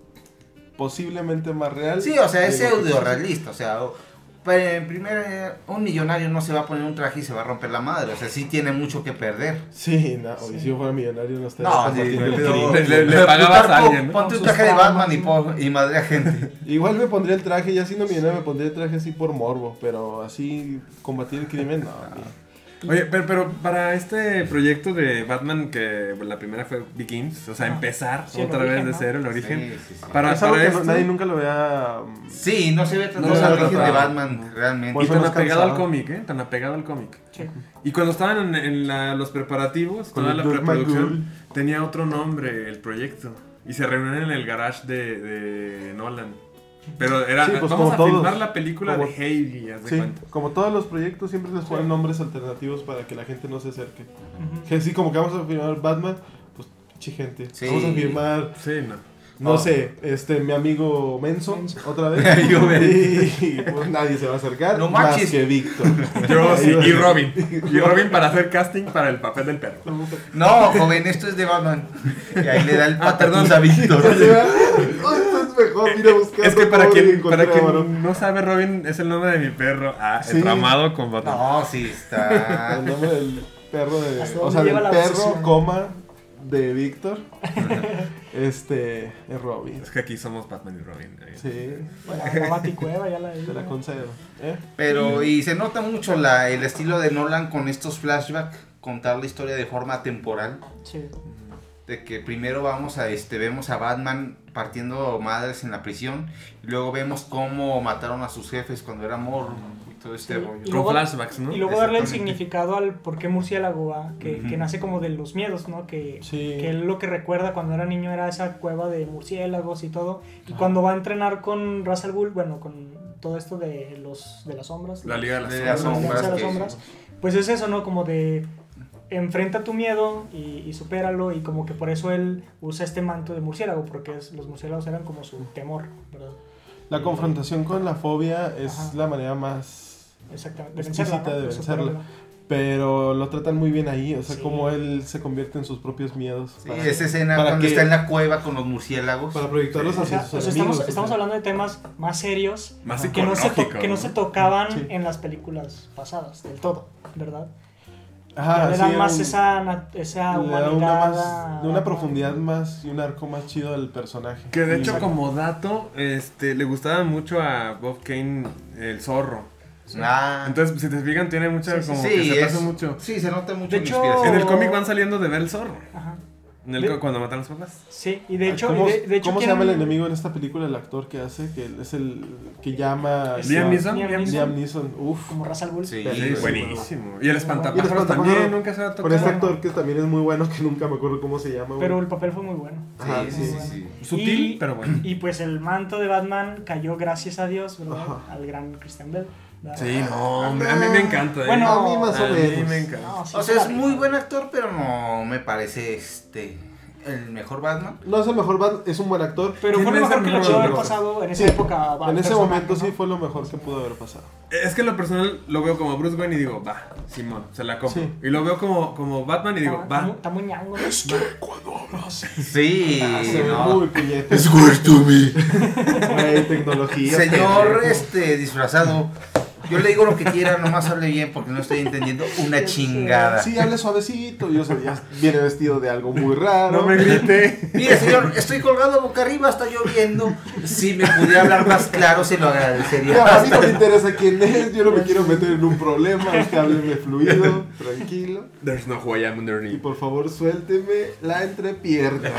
S2: posiblemente más real.
S1: Sí, o sea, es
S2: Digo,
S1: pseudo realista, o sea, o- pero en primer, eh, un millonario no se va a poner un traje y se va a romper la madre, o sea, sí tiene mucho que perder.
S2: Sí, no, oye, si yo fuera millonario no estaría
S1: No,
S2: compartiendo
S1: sí,
S2: el
S1: no,
S2: crimen.
S3: Le, le- le pagabas a
S1: Plutarco,
S3: alguien, ¿no?
S1: Ponte un
S4: Con sus
S1: traje de Batman y,
S4: palmas,
S1: pon- y madre a gente.
S2: Igual me pondría el traje, ya siendo millonario me pondría el traje así por morbo, pero así combatir el crimen, no. a mí.
S3: Oye, pero, pero para este proyecto de Batman, que la primera fue Begins, o sea,
S4: Ajá.
S3: empezar
S4: Ah. Sí, el
S3: otra
S4: origen,
S3: vez de
S4: ¿no?
S3: cero, el origen.
S1: Sí, sí, sí.
S3: Para,
S2: es algo
S3: para
S2: que no-
S3: esto,
S2: nadie nunca lo vea. mm,
S1: Sí, no se ve
S3: No Pues,
S1: tratado
S3: se
S1: el
S3: ve
S1: origen de
S3: tratado.
S1: Batman realmente.
S2: Por
S3: y
S2: eso
S3: tan
S2: nos
S3: apegado al
S2: cansaba.
S3: cómic, ¿eh? Tan apegado al cómic.
S4: Sí.
S3: Y cuando estaban en, en la- los preparativos,
S2: Con
S3: toda
S2: el
S3: la
S2: Doug
S3: preproducción, tenía otro nombre el proyecto. Y se reunían en el garage de, de Nolan. Pero era,
S2: Sí, pues,
S3: vamos
S2: como
S3: a
S2: todos.
S3: filmar la película
S2: Como-
S3: de Heidi, haz de
S2: Sí,
S3: cuenta.
S2: como todos los proyectos siempre les ponen nombres alternativos para que la gente no se acerque.
S4: Ujú.
S2: Que sí, como que vamos a firmar Batman, pues chi gente.
S1: Sí.
S2: Vamos a firmar,
S3: Sí, no.
S2: no
S1: Oh.
S2: sé, este, mi amigo Menso,
S4: Menso.
S2: otra vez.
S1: Yo,
S2: y pues nadie se va a acercar,
S1: No
S2: más
S1: manches.
S2: que Víctor.
S3: Yo sí,
S2: Ahí
S3: y
S2: va.
S3: Robin. Y Robin para hacer casting para el papel del perro.
S1: No, joven, esto es de Batman. Y ahí le da el
S3: pues, Ah, perdón.
S1: patatús a Víctor.
S2: Oh, Esto es mejor, mira, buscando
S3: Es que para
S2: cómo
S3: quien,
S2: encontrar
S3: para quien
S2: varón.
S3: no sabe, Robin es el nombre de mi perro. Ah,
S2: Sí.
S3: entramado con Batman.
S1: No, sí,
S2: El
S1: está.
S2: nombre del perro de.
S4: Hasta
S2: O
S4: dónde
S2: sea, del
S4: lleva la
S2: perro,
S4: obsesión.
S2: coma, de Víctor. este, es Robin.
S3: Es que aquí somos Batman y Robin. eh.
S2: Sí,
S4: La, la Baticueva, ya la
S2: te la concedo. ¿eh?
S1: Pero, y se nota mucho la, el estilo de Nolan con estos flashbacks, contar la historia de forma temporal.
S4: Sí.
S1: de que primero vamos a este vemos a Batman partiendo madres en la prisión y luego vemos cómo mataron a sus jefes cuando era morro y todo este
S4: Sí,
S1: rollo.
S4: y
S3: Con
S4: luego-
S3: flashbacks, ¿no?
S4: Y luego darle el
S1: Exactamente.
S4: significado al por qué murciélago, ah, que,
S1: Ujú.
S4: que nace como de los miedos, ¿no? Que,
S2: Sí.
S4: que él lo que recuerda cuando era niño era esa cueva de murciélagos y todo. Y cuando va a entrenar con Ra's al Ghul, bueno, con todo esto de los de las sombras,
S3: La Liga de las
S1: De
S4: la
S1: las
S3: Sombras.
S4: Alianza de
S1: sombras
S4: las
S1: que-
S4: sombras, pues es eso, ¿no? Como de enfrenta tu miedo y, y supéralo y como que por eso él usa este manto de murciélago, porque es- los murciélagos eran como su temor, ¿verdad?
S2: La confrontación con la fobia es
S4: Ajá.
S2: la manera más...
S4: Exactamente.
S2: Exquisita de vencerla.
S4: superarla.
S2: Pero lo tratan muy bien ahí, o sea,
S4: Sí.
S2: como él se convierte en sus propios miedos.
S1: Sí,
S2: para-
S1: esa escena
S2: para
S1: cuando
S2: que-
S1: está en la cueva con los murciélagos.
S2: Para proyectarlos
S1: Sí.
S4: O sea,
S2: hacia
S4: o
S2: sus
S4: sea,
S2: enemigos.
S4: estamos,
S2: o sea.
S4: estamos hablando de temas más serios
S3: Más
S4: que no, se to-
S3: psicológico.
S4: que no se tocaban
S2: Sí.
S4: en las películas pasadas del todo, ¿verdad?
S2: Ajá,
S4: Ya le
S2: Ah, sí,
S4: dan
S2: era
S4: más
S2: un-
S4: esa, na- esa
S2: le da
S4: humanidad.
S2: una, más,
S4: a-
S2: una profundidad más y un arco más chido del personaje.
S3: Que de
S2: Y-
S3: hecho, como dato, este, le gustaba mucho a Bob Kane el zorro.
S1: Ah,
S3: Entonces, si te fijan, tiene mucha
S4: Sí, sí,
S3: como
S1: sí,
S3: que se
S1: es-
S3: pasa mucho.
S1: Sí, se nota mucho
S4: De
S1: la
S4: hecho-
S3: En
S1: inspiración.
S3: el cómic van saliendo de ver el zorro.
S4: Ajá.
S3: En el
S4: De-
S3: co- cuando matan a los papás.
S4: Sí, y de hecho.
S2: Ah, ¿Cómo,
S4: y de, de hecho
S2: cómo se
S4: quieren-
S2: llama el enemigo en esta película? El actor que hace, que es el que llama...
S4: Es-
S3: Liam
S2: a-
S3: Neeson.
S4: Liam Neeson.
S2: Liam Neeson, uf.
S4: Como Ra's al Ghul.
S1: Sí.
S3: Sí,
S2: Sí,
S3: buenísimo. Y el
S2: Y el
S3: espantapájaros
S2: espantapájaro,
S3: también, nunca se ha
S2: Con este
S3: tocado.
S2: actor que también es muy bueno, que nunca me acuerdo cómo se llama. güey.
S4: Pero el papel fue muy bueno.
S2: Ajá,
S1: Sí,
S2: sí,
S1: sí,
S4: sí.
S1: sí.
S3: Sutil,
S4: Y-
S3: pero bueno.
S4: Y pues el manto de Batman cayó gracias a Dios, ¿verdad?
S2: Ajá.
S4: Al gran Christian Bell. ¿verdad?
S3: Sí, no, hombre, a mí me encanta. ¿eh?
S4: Bueno,
S2: Ah, a mí más o
S3: a mí
S2: menos.
S3: me encanta.
S4: No, sí
S1: O
S4: se
S1: sea,
S4: la
S1: es muy
S4: rifó.
S1: buen actor, pero no me parece este el mejor Batman.
S2: No es el mejor Batman, es un buen actor.
S4: Pero
S3: ¿Quién
S4: fue lo
S3: es
S4: mejor
S3: el
S4: que le
S3: número
S4: pudo haber
S3: dos?
S4: pasado en esa
S2: Sí,
S4: época. al
S2: en ese
S4: personaje,
S2: momento
S4: ¿no?
S2: sí fue lo mejor que pudo haber pasado.
S3: Es que en lo personal lo veo como Bruce Wayne y digo, va, Simón, se la compro.
S2: Sí.
S3: Y lo veo como, como Batman y digo,
S4: Está- está, muy-
S3: va.
S4: está muy ñango. ¿no?
S1: Sí,
S2: Ah, Se ve
S1: no.
S2: muy puñete. Güey, tecnología.
S1: Señor
S2: pendejo.
S1: este disfrazado, yo le digo lo que quiera, nomás hable bien porque no estoy entendiendo una chingada.
S2: Sí, hable suavecito. Yo sabía, viene vestido de algo muy raro.
S3: No me grite.
S1: Mire, señor, estoy colgado boca arriba, está lloviendo. Si me pudiera hablar más claro, se lo agradecería.
S2: Ya, a mí no me interesa quién es. Yo no me quiero meter en un problema. Usted hábleme fluido, tranquilo.
S3: There's no way I'm
S2: Y
S3: underneath.
S2: por favor, suélteme la entrepierna.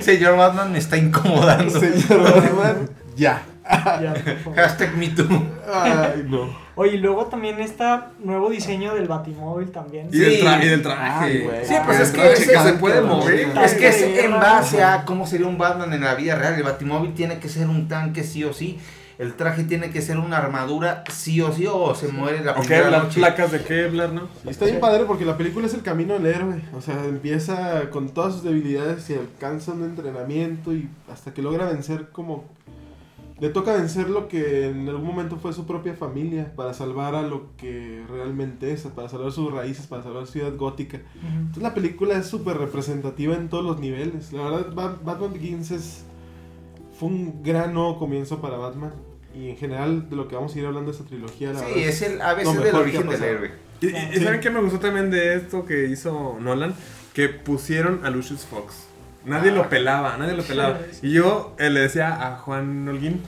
S1: Señor Batman me está incomodando.
S2: Señor Batman, ya.
S4: Ya, por favor.
S1: Hashtag me too.
S2: Ay, no.
S4: Oye, y luego también está nuevo diseño del Batimóvil también.
S3: Y, del tra-
S1: Sí.
S3: y del traje.
S2: Ay, güey.
S1: Sí, pues
S3: El
S1: es que
S3: traje
S1: ese-
S3: se puede mover.
S1: Es que es en base a cómo sería un Batman en la vida real. El Batimóvil tiene que ser un tanque sí o sí. El traje tiene que ser una armadura sí o sí o se muere la
S3: Ok,
S1: primera
S3: las
S1: noche.
S3: placas de Kevlar, ¿no?
S2: Y está bien padre porque la película es el camino del héroe. O sea, empieza con todas sus debilidades y alcanza un entrenamiento y hasta que logra vencer como... Le toca vencer lo que en algún momento fue su propia familia para salvar a lo que realmente es, para salvar sus raíces, para salvar Ciudad Gótica.
S4: Ujú.
S2: Entonces la película es súper representativa en todos los niveles. La verdad, Ba- Batman Begins es... Fue un gran nuevo comienzo para Batman. Y en general, de lo que vamos a ir hablando de esta trilogía, la verdad.
S1: Sí, es el a veces
S2: Lo
S1: del
S2: mejor que
S1: origen
S2: ha
S1: del
S2: pasado.
S1: héroe.
S3: Y, y-
S4: Claro.
S3: y ¿saben qué me gustó también de esto que hizo Nolan? Que pusieron a Lucius Fox. Nadie
S4: Ah.
S3: lo pelaba, nadie lo pelaba. Y yo eh, le decía a Juan Holguín,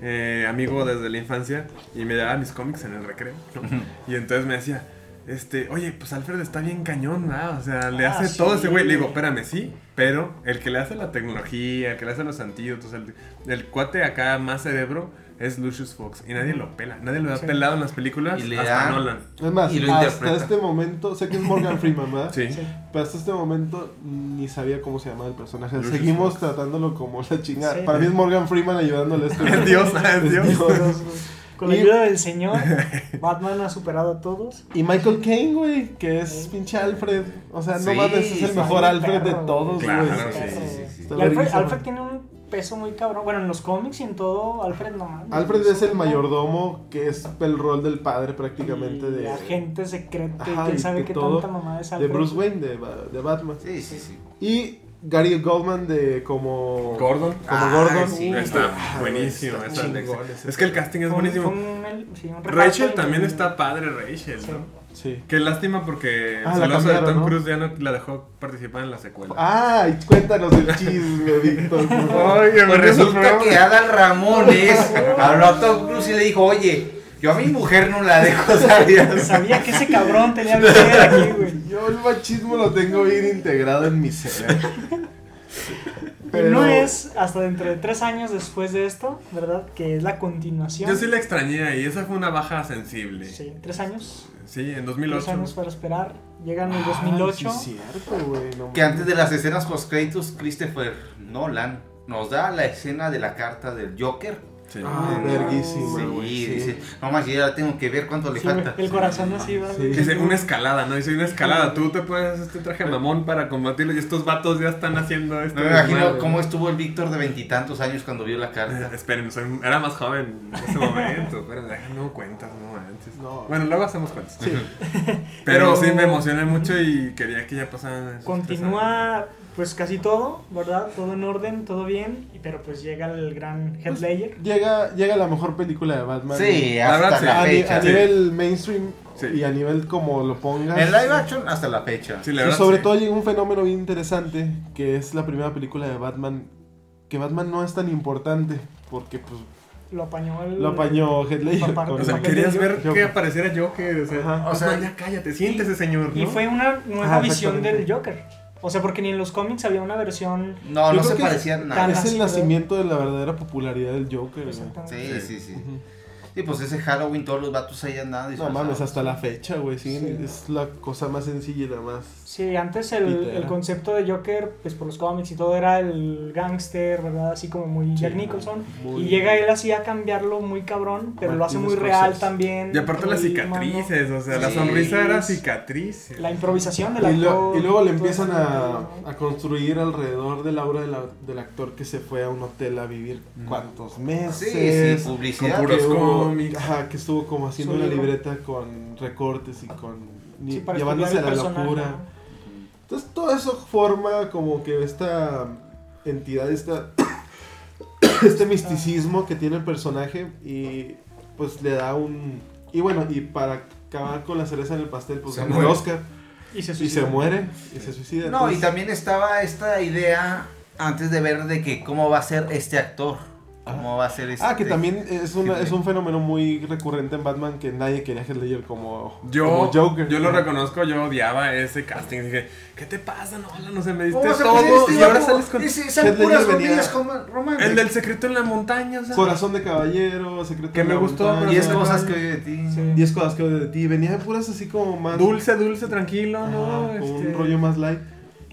S3: eh, amigo desde la infancia, y me daba mis cómics en el recreo. ¿no? Y entonces me decía, este, oye, pues Alfred está bien cañón, ¿verdad? O sea, le
S4: Ah,
S3: hace todo
S4: sí.
S3: ese güey. Le digo, espérame, sí, pero el que le hace la tecnología, el que le hace los antídotos, el, el cuate acá más cerebro es Lucius Fox. Y nadie lo pela, nadie lo ha
S4: Sí.
S3: pelado en las películas
S1: Y le
S3: hasta
S1: da-
S3: Nolan.
S2: Es más,
S1: Y lo
S2: hasta
S1: interpreta.
S2: este momento, sé que es Morgan Freeman, ¿verdad?
S3: Sí.
S4: Sí.
S2: Pero hasta este momento ni sabía cómo se llamaba el personaje.
S3: Lucius
S2: Seguimos tratándolo como la chingada.
S4: Sí.
S2: Para mí es Morgan Freeman ayudándole a este.
S3: Es Dios, es Dios.
S4: Con la
S2: Y-
S4: ayuda del señor, Batman ha superado a todos.
S2: Y Michael Caine, güey, que es
S4: Sí.
S2: pinche Alfred. O sea, no
S1: Sí,
S2: mames, es el
S1: sí,
S2: mejor
S4: sí,
S2: Alfred de
S4: perro,
S2: todos, güey.
S3: Claro,
S4: Perro.
S3: sí, sí,
S1: sí, sí.
S2: Está
S4: Y Alfred,
S2: verguísima.
S4: Alfred tiene un peso muy cabrón. Bueno, en los cómics y en todo, Alfred no mames.
S2: Alfred es el
S4: un-
S2: mayordomo, que es el rol del padre prácticamente
S4: y
S2: de,
S4: agente secreto y
S2: Ajá,
S4: quién
S2: y
S4: sabe
S2: de
S4: qué
S2: todo,
S4: tanta mamá es
S2: de
S4: Alfred.
S2: Bruce Wayne, de, Ba- de Batman.
S1: Sí, sí, sí.
S2: Y Gary Goldman de como...
S3: Gordon.
S2: Como
S1: Ah,
S2: Gordon.
S1: sí.
S2: Uh,
S3: Está
S2: ah,
S3: buenísimo.
S2: está
S3: está
S2: chingón
S3: Alexa.
S2: ese
S3: es que el casting es
S4: Fue un- fue
S3: buenísimo.
S4: un- el- sí, un reparto
S3: Rachel también
S4: increíble.
S3: está padre, Rachel. ¿no?
S2: Sí.
S3: Qué lástima porque
S2: Ah,
S3: el
S2: la
S3: celoso de
S2: cambiaron,
S3: Tom
S2: ¿no?
S3: Cruise ya no la dejó participar en la secuela.
S2: Ay, cuéntanos el chisme, Víctor. por favor.
S3: Oye, me
S1: Pues resulta
S3: resultó
S1: que Adal Ramones habló a Tom Cruise y le dijo, oye, yo a mi mujer no la dejo salir.
S4: Sabía que ese cabrón tenía que ver aquí, güey.
S2: Yo el machismo lo tengo bien integrado en mi ser.
S4: Y no es hasta dentro de tres años después de esto, ¿verdad? Que es la continuación.
S3: Yo sí la extrañé ahí. Esa fue una baja sensible. Sí,
S4: Sí, tres años.
S3: en
S4: Tres
S3: 2008.
S4: años para esperar. Llegan en el
S2: Ay,
S4: 2008.
S2: Ah, sí, es cierto, güey. no
S1: Que antes de las escenas post créditos, Christopher Nolan nos da la escena de la carta del Joker.
S3: Sí.
S2: Ah, verguísima,
S1: Sí,
S2: güey, sí.
S1: dice, no más, ya la tengo que ver cuánto le
S4: Sí,
S1: falta.
S4: el corazón así va.
S2: Sí.
S3: Dice, una escalada, ¿no? Dice una escalada. Tú te pones este traje mamón para combatirlo y estos vatos ya están haciendo esto.
S1: No me imagino
S3: desmadre.
S1: cómo estuvo el Víctor de veintitantos años cuando vio la
S3: Eh,
S1: carta.
S3: Esperen, soy- era más joven en ese momento. Pero déjenme cuentas, no antes.
S2: No.
S3: Bueno, luego hacemos cuentas.
S2: Sí.
S3: Pero,
S4: Pero-
S3: sí me emocioné mucho y quería que ya pasaran. esos tres años.
S4: Continúa pues casi todo, ¿verdad? Todo en orden, todo bien, y- pero pues llega el gran
S2: Pues,
S4: Head Ledger.
S2: Llega, llega la mejor película de Batman.
S1: Sí,
S3: La
S1: hasta
S3: verdad, sí.
S1: la
S2: a, ni-
S1: fecha.
S2: a
S3: sí.
S2: nivel mainstream
S3: Sí.
S2: y a nivel como lo pongas.
S1: En live action hasta la fecha.
S3: Sí,
S2: Y
S3: la verdad,
S2: sobre
S3: sí.
S2: todo llega un fenómeno bien interesante, que es la primera película de Batman, que Batman no es tan importante, porque pues
S4: Lo apañó el-
S2: lo apañó Heath Ledger.
S4: Papá-
S2: con-
S3: O sea,
S4: Yo-
S3: querías
S4: yo-
S3: ver
S2: yo-
S3: que apareciera Joker. O sea,
S2: Ajá.
S3: o sea,
S1: Ajá.
S3: ya cállate, siéntese, señor.
S4: Y
S3: ¿no?
S4: fue una nueva
S2: Ah,
S4: visión
S2: exactamente.
S4: del Joker. O sea, porque ni en los cómics había una versión.
S1: No, no
S2: Yo creo
S1: se
S2: que es-
S1: parecían
S4: tan
S1: nada.
S2: es el
S4: Ajá.
S2: nacimiento de la verdadera popularidad del Joker. güey.
S4: Exactamente.
S1: Sí, sí, sí.
S2: Ujú.
S1: Sí, pues ese Halloween todos los vatos ahí andaban
S2: No
S1: disfrazados.
S2: mames, hasta la fecha, güey, siguen-
S4: Sí.
S2: es la cosa más sencilla y la más...
S4: Sí, antes el,
S2: Literal.
S4: el concepto de Joker, pues por los cómics y todo, era el gángster, ¿verdad? Así como muy Jack
S2: Sí,
S4: Nicholson.
S2: muy-
S4: y llega él así a cambiarlo muy cabrón, pero lo hace
S2: Martin
S4: muy real
S2: Scorsese.
S4: también.
S3: Y aparte las
S4: muy humano.
S3: cicatrices, o sea, la
S1: Sí.
S3: sonrisa era cicatriz.
S4: La improvisación del
S2: Y, lo-
S4: actor,
S2: y luego le
S4: todo
S2: empiezan
S4: eso,
S2: a,
S4: ¿no?
S2: a construir alrededor de la obra de la- del actor que se fue a un hotel a vivir cuántos
S1: Sí,
S2: meses.
S1: sí,
S2: Que
S1: publicidad.
S3: Con puros
S2: hubo-
S3: cómics.
S2: Ajá, que estuvo como haciendo
S4: Su
S2: una
S4: libro.
S2: libreta con recortes y con ni-
S4: Sí, para
S2: llevándose a
S4: estudiar
S2: la
S4: el personaje,
S2: locura.
S4: ¿no?
S2: Entonces todo eso forma como que esta entidad, esta este misticismo que tiene el personaje y pues le da un y bueno, y para acabar con la cereza en el pastel pues
S3: Se
S2: gana el
S3: muere.
S2: Oscar
S4: Y se
S2: y se
S4: suicidó.
S2: muere y se suicida.
S1: No, y
S2: Entonces,
S1: también estaba esta idea antes de ver de que cómo va a ser este actor. Cómo va a ser este.
S2: Ah, que también es, una,
S1: Sí,
S2: es un fenómeno muy recurrente en Batman que nadie quería que Ledger como,
S3: Yo,
S2: como Joker.
S3: yo lo reconozco, yo odiaba ese casting. Dije, ¿qué te pasa? No, Alan, no se me diste
S1: ¿Cómo se puede
S3: todo.
S1: este
S3: Y ahora
S1: vato?
S3: sales con
S1: Ese-
S2: Heath
S1: Son
S2: Ledger
S1: puras
S2: venía-
S1: comedias coma- románticas.
S3: el del secreto en la montaña. O sea,
S2: Corazón de Caballero, Secreto
S3: Que
S2: de
S3: me
S2: la
S3: gustó,
S2: Montaña.
S3: pero
S1: Diez
S3: no,
S1: cosas
S3: no.
S1: que oí de ti.
S4: Sí.
S2: 10 cosas que odio de ti. Venía de puras así como más.
S3: dulce, dulce, tranquilo,
S2: Ajá,
S3: ¿no?
S2: con
S3: Este-
S2: un rollo más light.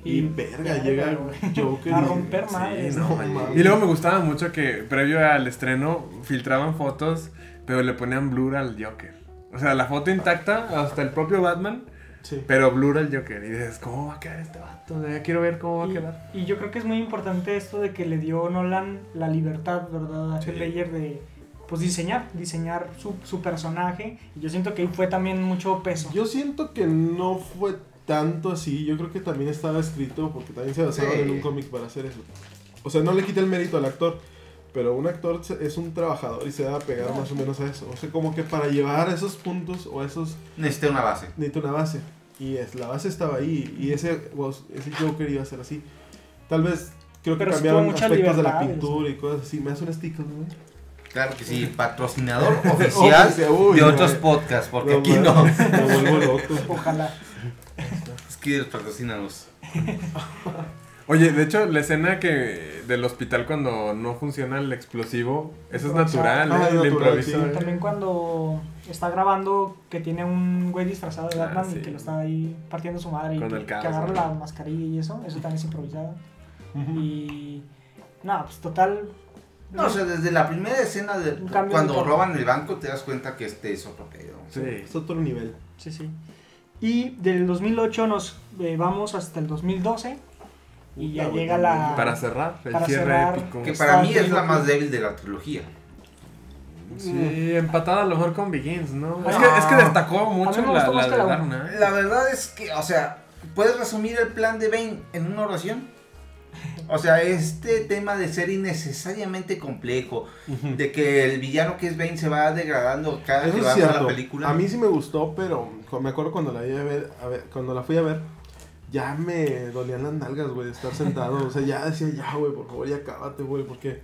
S2: Y,
S4: Y-
S2: verga,
S4: verga,
S2: llega
S4: güey.
S2: Joker.
S4: A
S2: y-
S4: romper
S3: Sí,
S4: madres,
S3: no,
S2: no
S3: mames.
S2: mames.
S3: Y luego me gustaba mucho que previo al estreno filtraban fotos, pero le ponían blur al Joker. O sea, la foto intacta, hasta el propio Batman,
S2: Sí.
S3: pero blur al Joker. Y dices, ¿cómo va a quedar este vato? O sea, ya quiero ver cómo va a quedar.
S4: Y, y yo creo que es muy importante esto de que le dio Nolan la libertad, ¿verdad? A
S3: Sí.
S4: Heath Ledger de pues diseñar, diseñar su, su personaje. Y yo siento que ahí fue también mucho peso.
S2: Yo siento que no fue tanto así. Yo creo que también estaba escrito porque también se basaron
S1: Sí.
S2: en un cómic para hacer eso. O sea, no le quita el mérito al actor. Pero un actor se- es un trabajador y se va a pegar más o menos a eso. O sea, como que para llevar a esos puntos o a esos
S1: Necesité una base.
S2: necesito una base. Y es, la base estaba ahí. Y ese, was- ese Joker iba a ser así. Tal vez creo que
S4: Pero sí
S2: cambiaron
S4: tuvo mucha
S2: aspectos de la
S4: libertad,
S2: pintura y cosas así. Me hace un sticker, ¿no?
S1: Claro que sí, patrocinador oficial
S2: Oficial, uy,
S1: de
S2: güey.
S1: otros podcasts, porque
S2: No
S1: aquí no.
S2: mames, Me vuelvo loco.
S4: Ojalá.
S1: Es que patrocínanos.
S3: Oye, de hecho, la escena que del hospital cuando no funciona el explosivo, eso es natural,
S2: Ah,
S3: ¿eh?
S2: es
S3: Lo
S2: natural,
S3: improvisó.
S2: sí.
S3: ¿eh?
S4: También cuando está grabando que tiene un güey disfrazado de
S3: Ah,
S4: Batman
S3: sí.
S4: y que lo está ahí partiendo su madre
S3: Con
S4: y
S3: el
S4: que, que
S3: caos,
S4: agarra
S3: ¿no?
S4: la mascarilla y eso, eso también es improvisado.
S2: Ujú.
S4: Y nada, pues total.
S1: No, o sea, desde la primera escena de
S4: Un cambio
S1: cuando
S4: de-
S1: roban el banco te das cuenta que este es otro pedo.
S3: Sí.
S2: Es otro nivel.
S4: Sí, sí. Y del 2008 nos eh, vamos hasta el 2012 y ya
S2: Puta, güey,
S4: llega la...
S3: Para cerrar, el
S4: Para
S3: cierre
S4: cerrar.
S3: épico.
S1: Que
S4: Está
S1: para mí es la
S4: trilogía.
S1: más débil de la trilogía.
S3: Sí, empatada a lo mejor con Begins, ¿no?
S4: No.
S3: Es, que, es que destacó
S4: mm. Ah. A mí
S3: mucho
S4: me
S3: la,
S4: gustó
S3: la
S4: más
S3: de
S4: que la
S3: Dark
S4: uno.
S3: Knight.
S1: La verdad es que, o sea, ¿puedes resumir el plan de Bane en una oración? O sea, este tema de ser innecesariamente complejo, de que el villano que es Bane se va degradando cada
S2: Eso
S1: que
S2: es
S1: va a
S2: cierto.
S1: la película.
S2: A mí sí me gustó, pero cu- me acuerdo cuando la, fui a ver, a ver- cuando la fui a ver, ya me dolían las nalgas, güey, de estar sentado. O sea, ya decía, ya, güey, por favor, ya acábate, güey, porque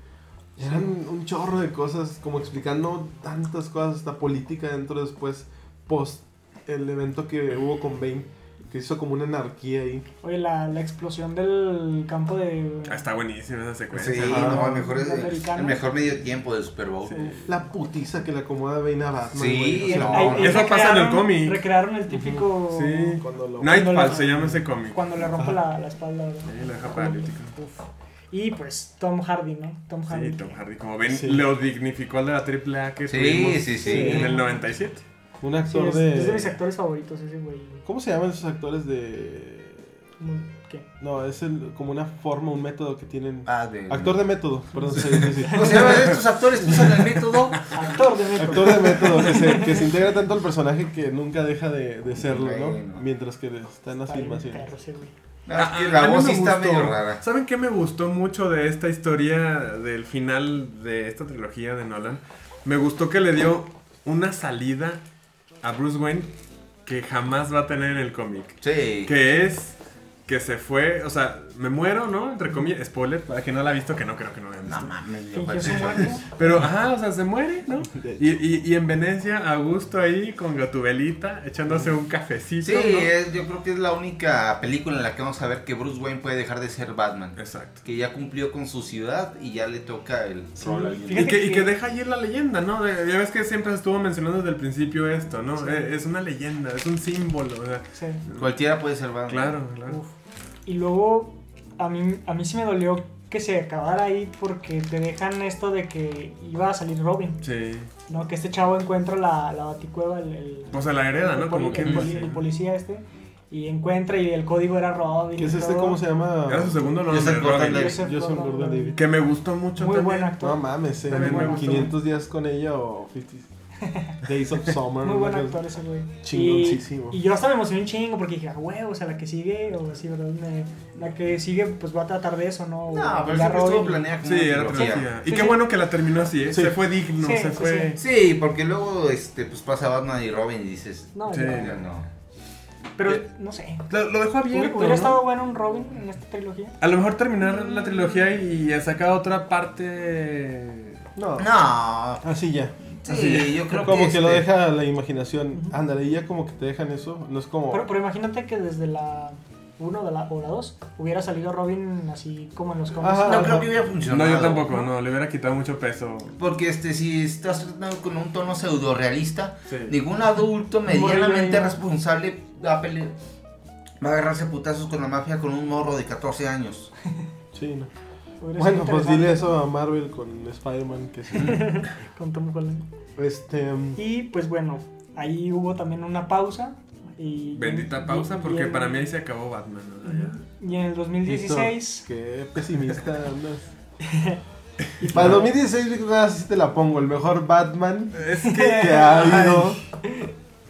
S2: eran un chorro de cosas, como explicando tantas cosas, hasta política dentro después, post el evento que hubo con Bane, que hizo como una anarquía ahí.
S4: Oye, la, la explosión del campo de...
S3: Ah, Está buenísima esa secuencia.
S1: Sí,
S2: Ajá.
S1: no, el mejor, es-
S4: Los americanos.
S1: el mejor medio tiempo de Super
S4: eh,
S1: Bowl.
S3: Sí.
S2: La putiza que le acomoda Bane a Batman,
S1: Sí,
S2: güey, o sea,
S1: no,
S4: Ahí- ahí
S3: eso
S4: recrearon-
S3: pasa en el cómic.
S4: Recrearon el típico...
S3: Sí.
S2: Cuando lo...
S3: Nightfall
S4: Cuando le-
S3: se llama ese cómic.
S4: Cuando le rompe la, la espalda. ¿verdad?
S3: Sí, lo deja paralítico.
S4: Uf. Y pues Tom Hardy, ¿no? Tom Hardy.
S3: Sí, Tom Hardy, como ven,
S2: Sí.
S3: lo dignificó al de la triple A que
S1: Sí,
S3: tuvimos
S1: sí, sí.
S3: en el 97.
S2: Un
S4: Sí,
S2: actor
S4: es,
S2: de...
S4: es de mis actores favoritos ese güey.
S2: ¿Cómo se llaman esos actores de...?
S4: Muy- ¿Qué?
S2: No, es el, como una forma, un método que tienen...
S1: Ah, de...
S2: Actor de método, perdón. sí, sí, sí.
S1: ¿Cómo se llaman estos actores que usan el método?
S4: Actor de método.
S2: Actor de método, que se, que se integra tanto al personaje que nunca deja de, de serlo,
S1: Bueno.
S2: ¿no? Mientras que está en las
S4: Está bien
S2: filmaciones.
S4: perro ese güey.
S1: Ah, es que
S3: Ah,
S1: la
S3: a mí
S1: voz
S3: me
S1: sí está
S3: gustó.
S1: medio rara.
S3: ¿Saben qué me gustó mucho de esta historia, del final de esta trilogía de Nolan? Me gustó que le dio una salida a Bruce Wayne que jamás va a tener en el cómic.
S1: Sí.
S3: Que es que se fue, o sea, me muero, ¿no? Entre comillas, spoiler, para que no la ha visto, que no creo que no la haya visto.
S1: No mames, yo
S4: Fingió su
S1: parece-
S4: muerte.
S3: Pero, ajá, o sea, se muere, ¿no?
S2: De-
S3: Y, y- y en Venecia, a gusto ahí, con Gatubelita, echándose un cafecito.
S1: Sí, eh.
S3: ¿no?
S1: es- yo creo que es la única película en la que vamos a ver que Bruce Wayne puede dejar de ser Batman.
S3: Exacto.
S1: Que ya cumplió con su ciudad y ya le toca el rol a alguien.
S4: fíjate
S3: Y que, y que
S4: que-
S3: deja ayer la leyenda, ¿no? De- Ya ves que siempre se estuvo mencionando desde el principio esto, ¿no? Eh, Es una leyenda, es un símbolo, o sea,
S4: Sí.
S1: Cualquiera puede ser Batman.
S3: Claro, claro.
S4: Uf. Y luego a mí, a mí sí me dolió que se acabara ahí porque te dejan esto de que iba a salir Robin,
S3: Sí.
S4: ¿no? Que este chavo encuentra la, la baticueva, el, el-
S3: O sea, la hereda,
S4: el
S3: ¿no? Como
S4: poli-
S3: pues, quien
S4: el, poli-
S3: dice.
S4: el policía este. Y encuentra y el código era Robin.
S2: ¿Qué es
S4: y
S2: este?
S4: todo.
S2: ¿Cómo se llama?
S3: Era su segundo
S1: Yo
S3: nombre,
S1: sé cortar
S3: Robin.
S1: la-
S4: Joseph
S2: Joseph
S4: Gordon
S2: Gordon
S4: Levitt.
S2: Levitt.
S3: Que me gustó mucho
S4: Muy
S3: también.
S4: buen actor.
S2: No mames, en
S3: También me gustó.
S2: 500 días con ella o 50 Days of Summer.
S4: Muy
S2: ¿no?
S4: buen actor ese güey.
S2: Chingoncísimo.
S4: Y, y yo hasta me emocioné un chingo porque dije, ah, huevo, o sea, la que sigue, o sí, ¿verdad? Me- la que sigue, pues va a tratar de eso, ¿no? O
S1: No, pero
S4: la
S1: siempre
S4: Robin.
S1: estuvo planeada como
S3: Sí,
S1: una
S3: era
S1: trilogía.
S3: trilogía. Y
S4: Sí,
S3: qué
S4: sí.
S3: bueno que la terminó así, ¿eh?
S2: Sí.
S3: Se fue digno,
S4: Sí,
S3: se
S4: sí,
S3: fue...
S1: Sí, porque luego este, pues pasa Batman y Robin y dices.
S4: No,
S3: Sí.
S4: ya.
S1: ya no.
S4: Pero, no sé.
S3: Lo, lo dejó
S4: ¿Hubiera,
S3: abierto,
S4: hubiera
S3: ¿no?
S4: estado bueno un Robin en esta trilogía?
S3: A lo mejor terminar la trilogía y, y sacar otra parte...
S2: No.
S1: No.
S2: Así ya.
S1: Sí, yo creo
S2: como que, lo
S1: este,
S2: deja a la imaginación.
S4: Ujú.
S2: Ándale, y ya como que te dejan eso. No es como.
S4: Pero, pero imagínate que desde la 1 o la 2 hubiera salido Robin así como en los cómics.
S2: Ajá.
S1: No creo que hubiera funcionado.
S3: No, yo tampoco, no, le hubiera quitado mucho peso.
S1: Porque este, si estás tratando con un tono pseudo realista,
S3: Sí.
S1: ningún adulto medianamente
S4: Bueno.
S1: responsable va a, pele- va a agarrarse putazos con la mafia con un morro de 14 años.
S2: Sí, no.
S4: Hubiera sido
S2: Bueno, pues
S4: interesante
S2: dile eso a Marvel con Spider-Man. Que sí.
S4: Con Tom Holland.
S2: este. mm,
S4: Y pues bueno, ahí hubo también una pausa. Y,
S3: Bendita pausa,
S4: y- y
S3: porque
S4: en-
S3: para mí ahí se acabó Batman. ¿no? Ya.
S4: Y en el 2016.
S2: Qué pesimista andas. Para el 2016, yo nada, sí te la pongo. El mejor Batman
S3: Es
S2: que
S3: que
S2: ha habido.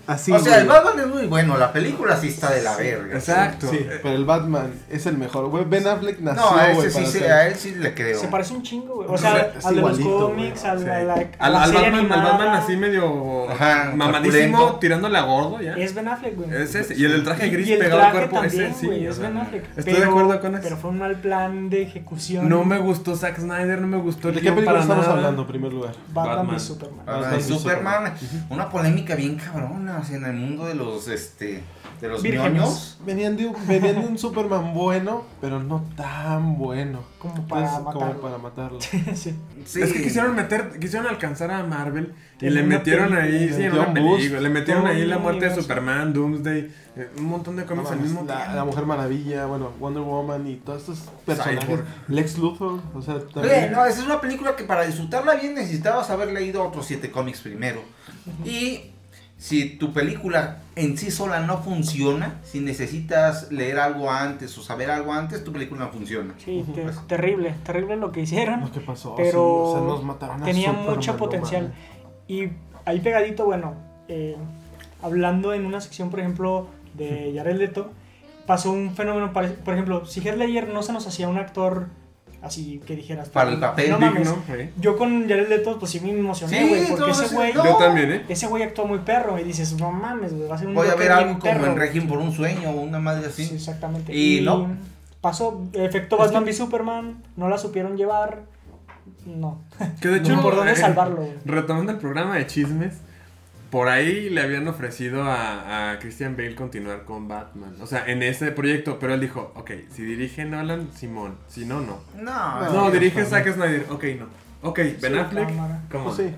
S2: Así.
S1: o sea,
S2: güey.
S1: el Batman es muy bueno, la película sí está de la verga.
S3: Exacto.
S2: Sí,
S3: Eh,
S2: pero el Batman es el mejor. güey. Ben Affleck nació.
S1: No, a,
S2: güey,
S1: ese sí
S2: para
S1: se-
S2: ser-
S1: a él sí le creo.
S4: Se parece un chingo, güey. O
S3: Es
S4: sea, al de los
S2: Pues igualito,
S4: cómics,
S2: güey.
S4: al,
S3: sí.
S4: a la,
S3: Al,
S4: a la
S3: al
S4: serie
S3: Batman, al
S4: animada.
S3: Batman así medio
S1: Ajá,
S3: mamadísimo,
S1: corpulento.
S3: tirándole a gordo ya.
S4: Es Ben Affleck, güey.
S3: Es ese. Y el del traje
S4: Y-
S3: gris
S4: y el
S3: pegado al
S4: traje
S3: cuerpo.
S4: también,
S3: ese sí.
S4: güey,
S3: o
S4: es
S3: sea,
S4: Ben Affleck.
S3: Estoy de
S4: Pero-
S3: acuerdo con
S4: Pero
S3: eso.
S4: fue un mal plan de ejecución.
S3: No me gustó Zack Snyder, no me gustó el
S2: ¿De qué
S3: guión
S2: película
S3: para
S2: estamos
S3: nada.
S2: hablando en primer lugar?
S4: Batman,
S3: Batman.
S4: y Superman.
S1: Batman
S2: Batman
S1: y
S2: y
S1: Superman, una polémica bien cabrona o sea, en el mundo de los este de los
S4: Vírgenes.
S1: ñoños.
S2: Venían de, un, venían de un Superman bueno, pero no tan bueno.
S1: Pues,
S4: Como para
S2: Entonces,
S4: matarlo.
S2: Como para matarlo.
S4: sí.
S1: Sí.
S3: Es que quisieron meter, quisieron alcanzar a Marvel y
S4: En
S3: le
S4: una
S3: metieron ahí,
S4: película.
S3: sí, en
S2: John
S3: una película,
S2: Booth.
S3: le metieron
S4: Todo
S3: ahí la
S4: un
S3: muerte de
S4: universo.
S3: Superman, Doomsday, eh, un montón de
S2: No
S3: cómics al
S2: mames,
S3: mismo
S2: la,
S3: tiempo.
S2: la Mujer Maravilla, bueno, Wonder Woman y todos estos personajes.
S3: Cyborg.
S2: Lex Luthor, o sea,
S1: Oye,
S2: también.
S1: no, esa es una película que para disfrutarla bien necesitabas haber leído otros siete cómics primero. Y si tu película en sí sola no funciona, si necesitas leer algo antes o saber algo antes, tu película no funciona.
S4: Sí, te- terrible, terrible lo que
S2: Lo
S4: hicieron.
S2: que pasó,
S4: Pero
S2: sí, o sea, nos mataron a
S4: Tenía
S2: Superman,
S4: mucho
S2: no
S4: potencial.
S2: mames.
S4: Y ahí pegadito, bueno, eh, hablando en una sección, por ejemplo, de Jared Leto, pasó un fenómeno, pare- por ejemplo, si Heath Ledger no se nos hacía un actor así que dijeras...
S1: Para el papel
S4: no mames,
S3: Digno, eh.
S4: Yo con Jared Leto, pues sí me emocioné,
S1: Sí,
S4: güey, porque
S1: todos
S4: ese
S1: así,
S4: güey...
S1: no.
S3: Yo también, ¿eh?
S4: Ese güey actuó muy perro y dices, no mames, güey, va a ser un
S1: Voy a
S4: Joker
S1: ver
S4: bien
S1: algo como
S4: perro".
S1: en Requiem por un sueño o una madre así.
S4: Sí, exactamente.
S1: Y no.
S4: Pasó efecto Batman v Superman, no la supieron llevar. No.
S3: Que de hecho,
S4: No, ¿por dónde
S3: eh,
S4: salvarlo, güey?
S3: Retomando el programa de chismes, por ahí le habían ofrecido a, a Christian Bale continuar con Batman. O sea, en ese proyecto, pero él dijo, ok, si dirige Nolan, Simón, si no, no.
S1: No,
S2: Ah,
S3: no,
S2: sí,
S3: dirige
S2: ojalá.
S3: Zack Snyder, ok, no. Ok, Ben
S4: Sí,
S3: Affleck,
S4: cámara.
S3: come
S2: Pues
S3: on.
S2: sí.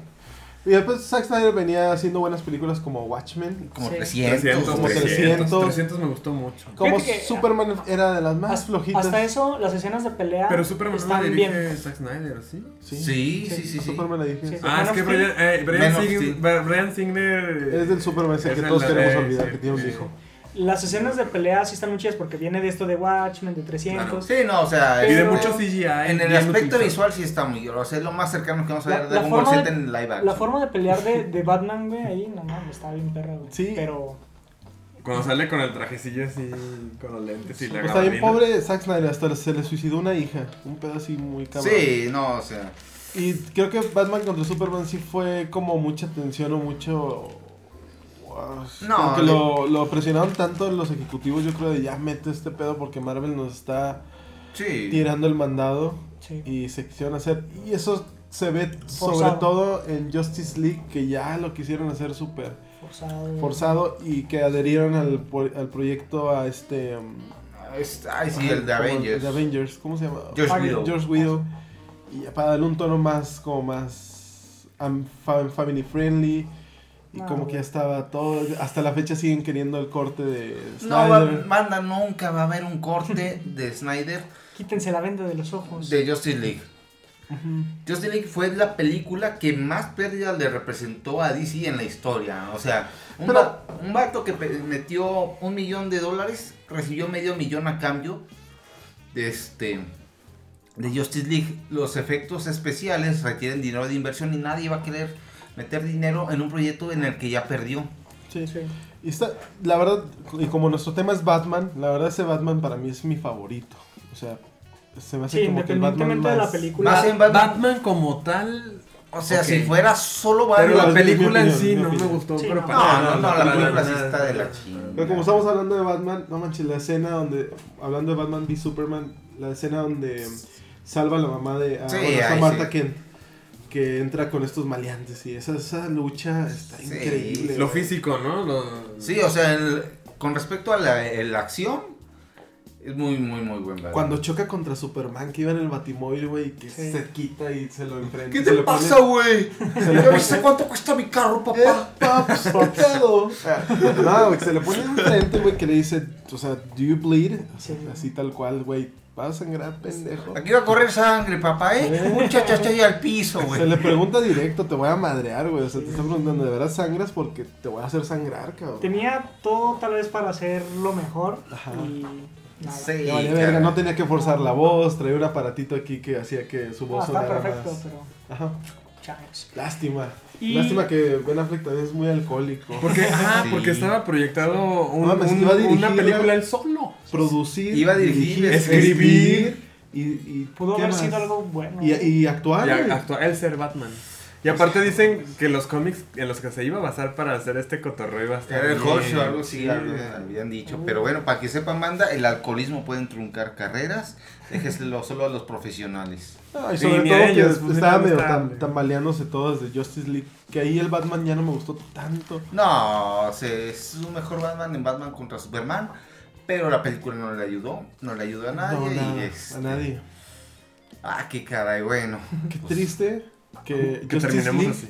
S2: Y después Zack Snyder venía haciendo buenas películas como Watchmen.
S1: Como
S4: Sí.
S1: 300,
S3: 300,
S1: güey.
S2: 300.
S3: 300. 300 me gustó mucho.
S2: Como
S4: Fíjate que-
S2: Superman era de las más
S4: Hasta-
S2: flojitas.
S4: Hasta eso, las escenas de pelea
S3: Pero Superman no la
S4: están bien.
S3: dirige Zack Snyder, ¿sí?
S2: Sí,
S1: Sí, sí, sí. sí.
S2: Superman la dije.
S4: Sí.
S3: Ah, es que
S4: Man of
S3: Brian, eh, Brian,
S1: Man of
S3: Singer-
S1: Steel.
S3: Bra- Brian Singer...
S2: Es del Superman ese
S3: Es
S2: que
S3: el-
S2: todos queremos
S3: eh,
S2: olvidar
S3: sí,
S2: que tiene un
S3: sí.
S2: hijo.
S4: Las escenas de pelea sí están muy chidas porque viene de esto de Watchmen, de 300.
S1: Claro. Sí, no, o sea,
S3: Y de
S1: es-
S4: Pero-
S3: mucho CGI.
S1: en el
S3: bien
S1: aspecto
S3: utilizado.
S1: visual sí está muy, o sea, es lo más cercano que vamos a
S4: La-
S1: ver de
S4: la
S1: Dragon Ball
S4: forma
S1: Z
S4: de-
S1: en live action.
S4: La forma de pelear de, de Batman, güey, ahí, no mames, está bien perra, güey.
S2: Sí.
S4: Pero
S3: Cuando sale con el trajecillo así, con los lentes y la
S2: Está bien
S3: gabardina.
S2: pobre Zack Snyder, hasta se le suicidó una hija. Un pedo así muy cabrón.
S1: Sí, no, o sea,
S2: Y creo que Batman contra Superman sí fue como mucha tensión o mucho...
S1: No,
S2: Porque
S1: de-
S2: lo, lo presionaron tanto los ejecutivos, yo creo, de ya mete este pedo porque Marvel nos está
S1: sí.
S2: tirando el mandado
S4: sí.
S2: y se quisieron hacer. Y eso se ve sobre
S4: Forzado.
S2: todo en Justice League, que ya lo quisieron hacer súper
S4: Forzado.
S2: forzado y que adherieron al, po- al proyecto a este... um,
S1: Es- Ay, sí,
S2: ajá,
S1: el de
S2: como
S1: Avengers.
S2: el de Avengers, ¿cómo se llama?
S1: George
S4: Fire-
S1: Widow.
S2: George Widow. Y para darle un tono más, como más am- fam- family friendly. Y
S4: No,
S2: como
S4: güey.
S2: que ya estaba todo. Hasta la fecha siguen queriendo el corte de
S1: No, va-
S2: Snyder.
S1: banda, nunca va a haber un corte de Snyder
S4: Quítense la venda de los ojos.
S1: de Justice League.
S2: Ujú.
S1: Justice League fue la película que más pérdida le representó a DC en la historia. O sea, un,
S2: Pero-
S1: va- un vato que pe- metió un millón de dólares recibió medio millón a cambio de este de Justice League. Los efectos especiales requieren dinero de inversión y nadie va a querer meter dinero en un proyecto en el que ya perdió.
S2: Sí.
S4: Sí.
S2: Y está, la verdad, y como nuestro tema es Batman, la verdad ese Batman para mí es mi favorito. O sea, se me hace
S4: Sí,
S2: como que el Batman
S4: independientemente
S2: más...
S4: de la película.
S1: Más en
S3: Batman.
S1: Batman.
S3: como tal...
S1: O sea,
S3: ok.
S1: si fuera solo Batman.
S3: Pero la
S2: es mi
S3: película en
S2: opinión,
S3: sí
S2: mi
S3: no me
S2: opinión.
S3: gustó,
S4: Sí,
S3: pero
S4: no.
S3: para
S1: No, no,
S3: nada,
S1: no, la
S3: para
S1: película sí
S3: nada.
S1: está de la chingada.
S2: Pero como estamos hablando de Batman, no manches, la escena donde, hablando de Batman v Superman, la escena donde salva a la mamá de a,
S1: Sí,
S2: bueno, esta
S1: ahí
S2: Marta
S1: sí.
S2: que, que entra con estos maleantes y esa, esa lucha está
S1: Sí.
S2: increíble.
S3: Lo
S2: güey.
S3: físico, ¿no? Lo-
S1: Sí, o sea, el- con respecto a la el acción, es muy, muy, muy buen Batman.
S2: Cuando choca contra Superman que iba en el batimóvil, güey, que
S4: Sí.
S2: se quita y se lo enfrenta.
S1: ¿Qué
S2: se
S1: te
S2: le pone-
S1: pasa, güey?
S2: se le
S1: ¿Ya
S2: pone-
S1: viste cuánto cuesta mi carro,
S2: Eh,
S1: papá?
S2: paps, papado.
S1: Ah.
S2: No, güey, se le pone enfrente, güey, que le dice, o sea, do you bleed? O sea,
S4: Sí.
S2: Así tal cual, güey, vas a sangrar, pendejo.
S1: Aquí va a correr sangre, papá, ¿eh? Muchacha, está ahí al piso,
S2: Se le
S1: güey.
S2: pregunta directo, te voy a madrear, güey. O sea, te está preguntando, ¿de veras sangras? Porque te voy a hacer sangrar, cabrón.
S4: Tenía todo tal vez para hacer lo mejor
S2: Ajá.
S4: y nada.
S1: Sí,
S2: Ya valía
S1: cara.
S2: verga, no tenía que forzar la voz, traía un aparatito aquí que hacía que su
S4: Ah,
S2: voz
S4: está
S2: sonara
S4: perfecto,
S2: más.
S4: pero
S2: Ajá.
S4: changos.
S2: Lástima.
S4: Y-
S2: Lástima que Ben Affleck también es muy alcohólico.
S3: Porque, ajá,
S1: Sí.
S3: porque estaba proyectado un-
S2: No mames,
S3: un-
S2: iba a dirigir,
S3: una película
S2: iba-
S3: él solo.
S2: Producir,
S1: Iba a dirigir,
S3: escribir,
S2: y, y
S4: Pudo
S2: ¿qué
S4: haber
S2: más?
S4: sido algo bueno.
S2: Y, y actuar.
S3: Y
S2: güey.
S3: a- actua- él ser Batman. Y aparte dicen que los cómics en los que se iba a basar para hacer este cotorreo iba a estar
S1: Era el
S3: bien.
S1: hot show, algo así,
S3: Sí.
S1: algo habían dicho. Pero bueno, para que sepan, banda, el alcoholismo pueden truncar carreras. Déjeselo solo a los profesionales.
S2: No, Ah, y
S3: Sí,
S2: sobre
S3: ni
S2: todo
S3: a
S2: que
S3: ellos, pues,
S2: estaba
S3: eran
S2: medio
S3: estables.
S2: tam- tambaleándose todas de Justice League. Que ahí el Batman ya no me gustó tanto.
S1: No, se- es un mejor Batman en Batman contra Superman. Pero la película no le ayudó, no le ayudó a nadie. este.
S2: No, nada,
S1: y es-
S2: a nadie.
S1: Ah, qué caray, bueno. Pues,
S2: Qué triste que,
S3: Que
S2: Justice
S3: terminemos
S2: League
S3: así.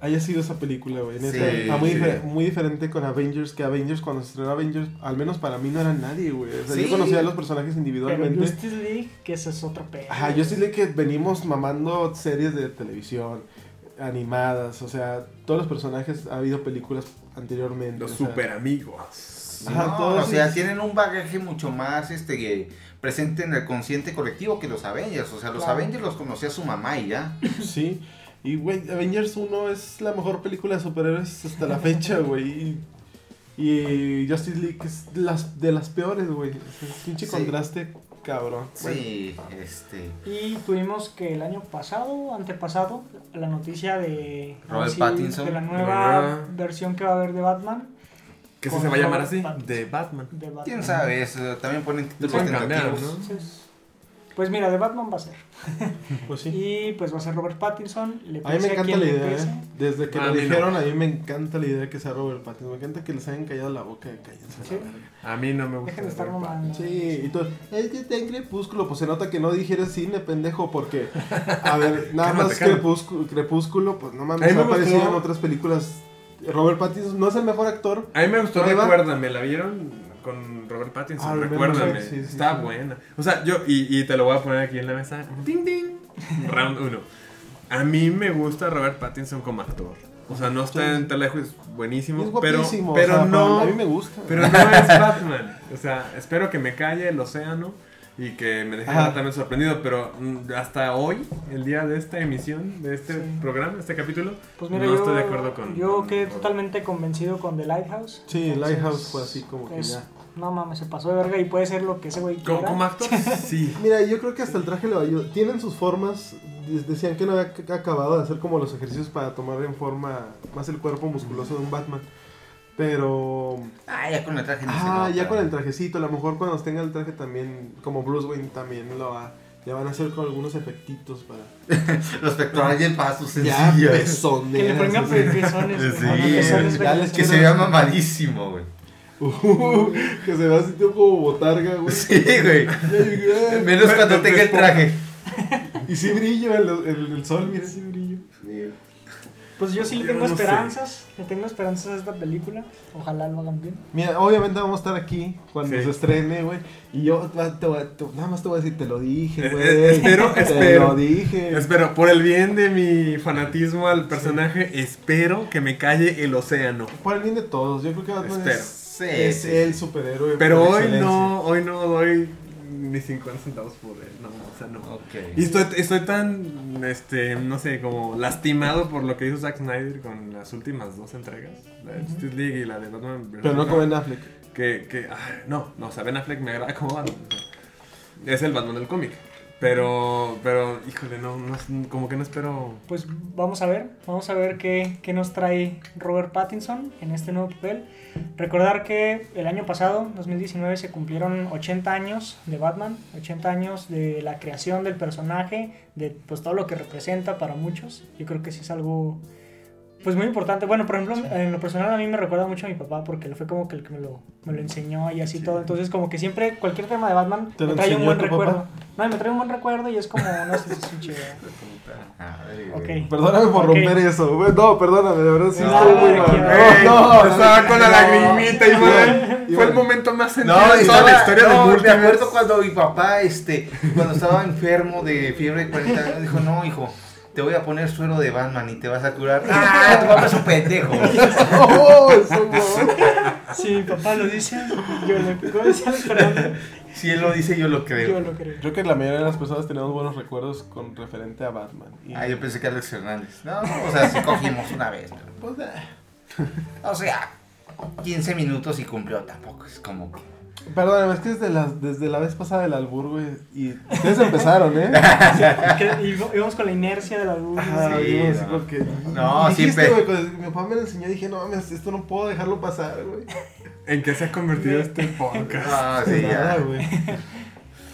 S2: haya sido esa película, güey.
S1: Sí,
S2: Neta, está muy,
S1: sí.
S2: difer- muy diferente con Avengers, que Avengers cuando se estrenó Avengers, al menos para mí no era nadie, güey. O sea,
S1: Sí.
S2: yo conocía a los personajes
S4: pero
S2: individualmente.
S4: Justice League, que ese es otro pedo.
S2: Ajá, yo sí le que venimos mamando series de televisión, animadas, o sea, todos los personajes, ha habido películas anteriormente.
S3: Los
S2: o sea,
S3: super amigos.
S2: Ajá,
S1: pues, No,
S2: todos
S1: o sea,
S2: ellos.
S1: tienen un bagaje mucho más este que presente en el consciente colectivo que los Avengers. O sea, los
S4: Claro.
S1: Avengers los conocía su mamá y ya.
S2: Pues, Sí. Y, güey, Avengers 1 es la mejor película de superhéroes hasta la fecha, güey. Y, y Justice League es las, de las peores, güey. Es un pinche
S1: Sí.
S2: contraste, cabrón. Bueno,
S1: Sí, este.
S4: Y tuvimos que el año pasado, antepasado, la noticia de,
S1: Robert
S4: sí,
S1: Pattinson,
S4: de la
S3: la
S4: nueva
S3: nueva-
S4: versión que va a haber de Batman.
S3: Que
S4: Con
S3: se va a llamar
S4: Robert
S3: así.
S4: Pattinson.
S3: De Batman.
S4: De Batman.
S1: ¿Quién sabe? Eso eh, también ponen
S3: Lo
S1: títulos
S3: pueden cambiar,
S1: tentativos.
S3: ¿no?
S4: Entonces, Pues mira, de Batman va a ser.
S2: Pues sí.
S4: Y pues va a ser Robert Pattinson. Le
S2: A mí me
S4: pese
S2: encanta
S4: quien
S2: la
S4: le
S2: idea,
S4: pese.
S2: ¿eh? Desde que
S3: Ah, A
S2: lo
S3: mí no.
S2: dijeron, a mí me encanta la idea de que sea Robert Pattinson. Me encanta que les hayan callado la boca de cállense.
S4: Sí.
S2: la verga.
S3: A mí no me gusta.
S4: Dejen de estar
S3: ver Batman.
S4: mamando.
S2: Sí, y todo. Es que está en Crepúsculo. Pues se nota que no dijeras cine, pendejo, porque. A ver, nada
S3: Cálmate,
S2: más
S3: cálmate.
S2: Crepúsculo, Crepúsculo, pues no
S3: A mí
S2: mames.
S3: me
S2: Ha aparecido
S3: gustó.
S2: en otras películas. Robert Pattinson no es el mejor actor.
S3: A mí me gustó
S2: Ahí va.
S3: Recuérdame, la vieron con Robert Pattinson,
S2: Ah,
S3: recuérdame.
S2: Recuérdame, sí, sí,
S3: Está
S2: sí.
S3: buena. O sea, yo, y, y te lo voy a poner aquí en la mesa. Ding, ding. Round 1. A mí me gusta Robert Pattinson como actor. O sea, no está en Telejo, es
S2: Y
S3: buenísimo.
S2: es
S3: pero
S2: guapísimo.
S3: pero
S2: o sea,
S3: no.
S2: A mí me gusta.
S3: Pero no es Batman. O sea, espero que me calle el océano y que me deje
S2: Ajá.
S3: también sorprendido. Pero mm, hasta hoy, el día de esta emisión, de este
S4: Sí.
S3: programa, este capítulo,
S4: Pues mira,
S3: no
S4: yo,
S3: estoy de acuerdo con.
S4: Yo
S3: con
S4: quedé
S3: Robert.
S4: totalmente convencido con The Lighthouse.
S2: Sí, Lighthouse fue así como que
S4: pues,
S2: ya.
S4: No mames, se pasó de verga y puede ser lo que ese güey
S3: Como,
S4: quiera.
S3: como actor, sí.
S2: Mira, yo creo que hasta el traje le va a ayudar. Tienen sus formas. de- Decían que no había c- acabado de hacer como los ejercicios para tomar en forma más el cuerpo musculoso de un Batman. Pero.
S1: Ah, ya con el traje no se
S2: Ah,
S1: nota.
S2: ya con el trajecito. A lo mejor cuando tenga el traje también, como Bruce Wayne también lo va. Ya van a hacer con algunos efectitos para.
S1: Los pectorales ya para sus
S2: Ya pues,
S1: sencillas.
S4: que le
S2: pezoneras,
S4: pongan
S2: así.
S4: pezones.
S1: Sí,
S4: hermano, pezones
S2: ya
S4: verdes.
S2: les-
S1: que se vea mamadísimo, güey.
S2: Uh, que se vea así tipo como botarga, güey.
S1: Sí, güey.
S2: Ay, güey.
S1: Menos cuando tenga
S2: pues,
S1: el traje.
S2: Y sí brilla el, el- el sol, mira, sí brilla.
S4: Pues yo sí le
S3: Yo
S4: tengo
S3: no sé.
S4: esperanzas. Le tengo esperanzas a esta película. Ojalá lo hagan bien.
S2: Mira, obviamente vamos a estar aquí cuando
S3: Sí.
S2: se estrene, güey. Y yo te, voy a- te- nada más te voy a decir, te lo dije,
S3: Eh,
S2: güey.
S3: eh, espero,
S2: te
S3: espero.
S2: lo dije.
S3: Espero, por el bien de mi fanatismo al personaje, espero que me calle el océano.
S2: Por el bien de todos, yo creo que Batman
S3: Espero.
S2: es,
S1: Sí,
S2: es
S1: sí.
S2: el superhéroe.
S3: Pero
S2: por
S3: hoy
S2: excelencia.
S3: no, hoy no doy ni 50 centavos por él, no, o sea, no.
S1: Ok.
S3: Y estoy, estoy tan, este, no sé, como lastimado por lo que hizo Zack Snyder con las últimas dos entregas, la de Justice League y la de Batman. vs.
S2: Pero no con
S3: Superman,
S2: Ben Affleck.
S3: Que, que, ah, no, no, o sea, Ben Affleck me agrada como Batman. o sea, es el Batman del cómic. Pero, pero, híjole, no, no, es- como que no espero
S4: Pues vamos a ver, vamos a ver qué, qué nos trae Robert Pattinson en este nuevo papel. Recordar que el año pasado, 2019, se cumplieron 80 años de Batman, 80 años de la creación del personaje, de pues todo lo que representa para muchos. Yo creo que sí es algo pues muy importante. Bueno, por ejemplo, en lo personal a mí me recuerda mucho a mi papá porque él fue como que el que me lo, me lo enseñó y así todo. Entonces como que siempre cualquier tema de Batman
S2: ¿Te lo
S4: me trae un
S2: enseñó
S4: buen
S2: tu papá?
S4: recuerdo. No, y me trae un buen recuerdo y es como, no sé si es un chido.
S1: Madre,
S4: Ok.
S1: güey.
S2: Perdóname por
S4: Ok.
S2: romper eso. güey. No, perdóname, de verdad sí
S4: No,
S2: estoy muy
S4: no,
S2: mal.
S4: no,
S3: Ey,
S2: No, no,
S3: estaba con la
S2: no.
S3: lagrimita, Iván.
S2: Iván,
S3: Fue el
S2: Iván.
S3: momento más sentido
S1: No,
S3: de toda
S1: estaba,
S3: la historia
S1: no,
S3: del
S1: me acuerdo
S3: multiverso.
S1: cuando mi papá, este, cuando estaba enfermo de fiebre de 40 años, dijo, no, hijo, te voy a poner suero de Batman y te vas a curar. ¡Ah, tu papá es un pendejo!
S2: Oh, eso, güey.
S4: Si mi papá lo dice, yo lo creo. ¿Cómo decía el Fernando?
S1: Si él lo dice, yo lo
S4: Yo
S1: creo.
S4: lo creo.
S2: Creo que la mayoría de las personas tenemos buenos recuerdos con referente a Batman. Y-
S1: Ah, yo pensé que Alex Fernández. No, o sea, sí cogimos una vez. pero,
S2: Pues, eh.
S1: o sea, 15 minutos y cumplió tampoco. Es como que...
S2: Perdóname, es que desde la, desde la vez pasada del albur, güey, y ustedes empezaron, ¿eh?
S4: Que iba- Íbamos con la inercia de la luz.
S2: Ah,
S1: Sí,
S2: digo, sí,
S1: no.
S2: porque...
S1: No,
S2: dijiste,
S1: siempre.
S2: güey, cuando mi papá me lo enseñó, dije, no mames, esto no puedo dejarlo pasar, güey.
S3: ¿En qué se ha convertido este podcast?
S1: Ah, sí,
S2: Nada,
S1: ya.
S2: güey.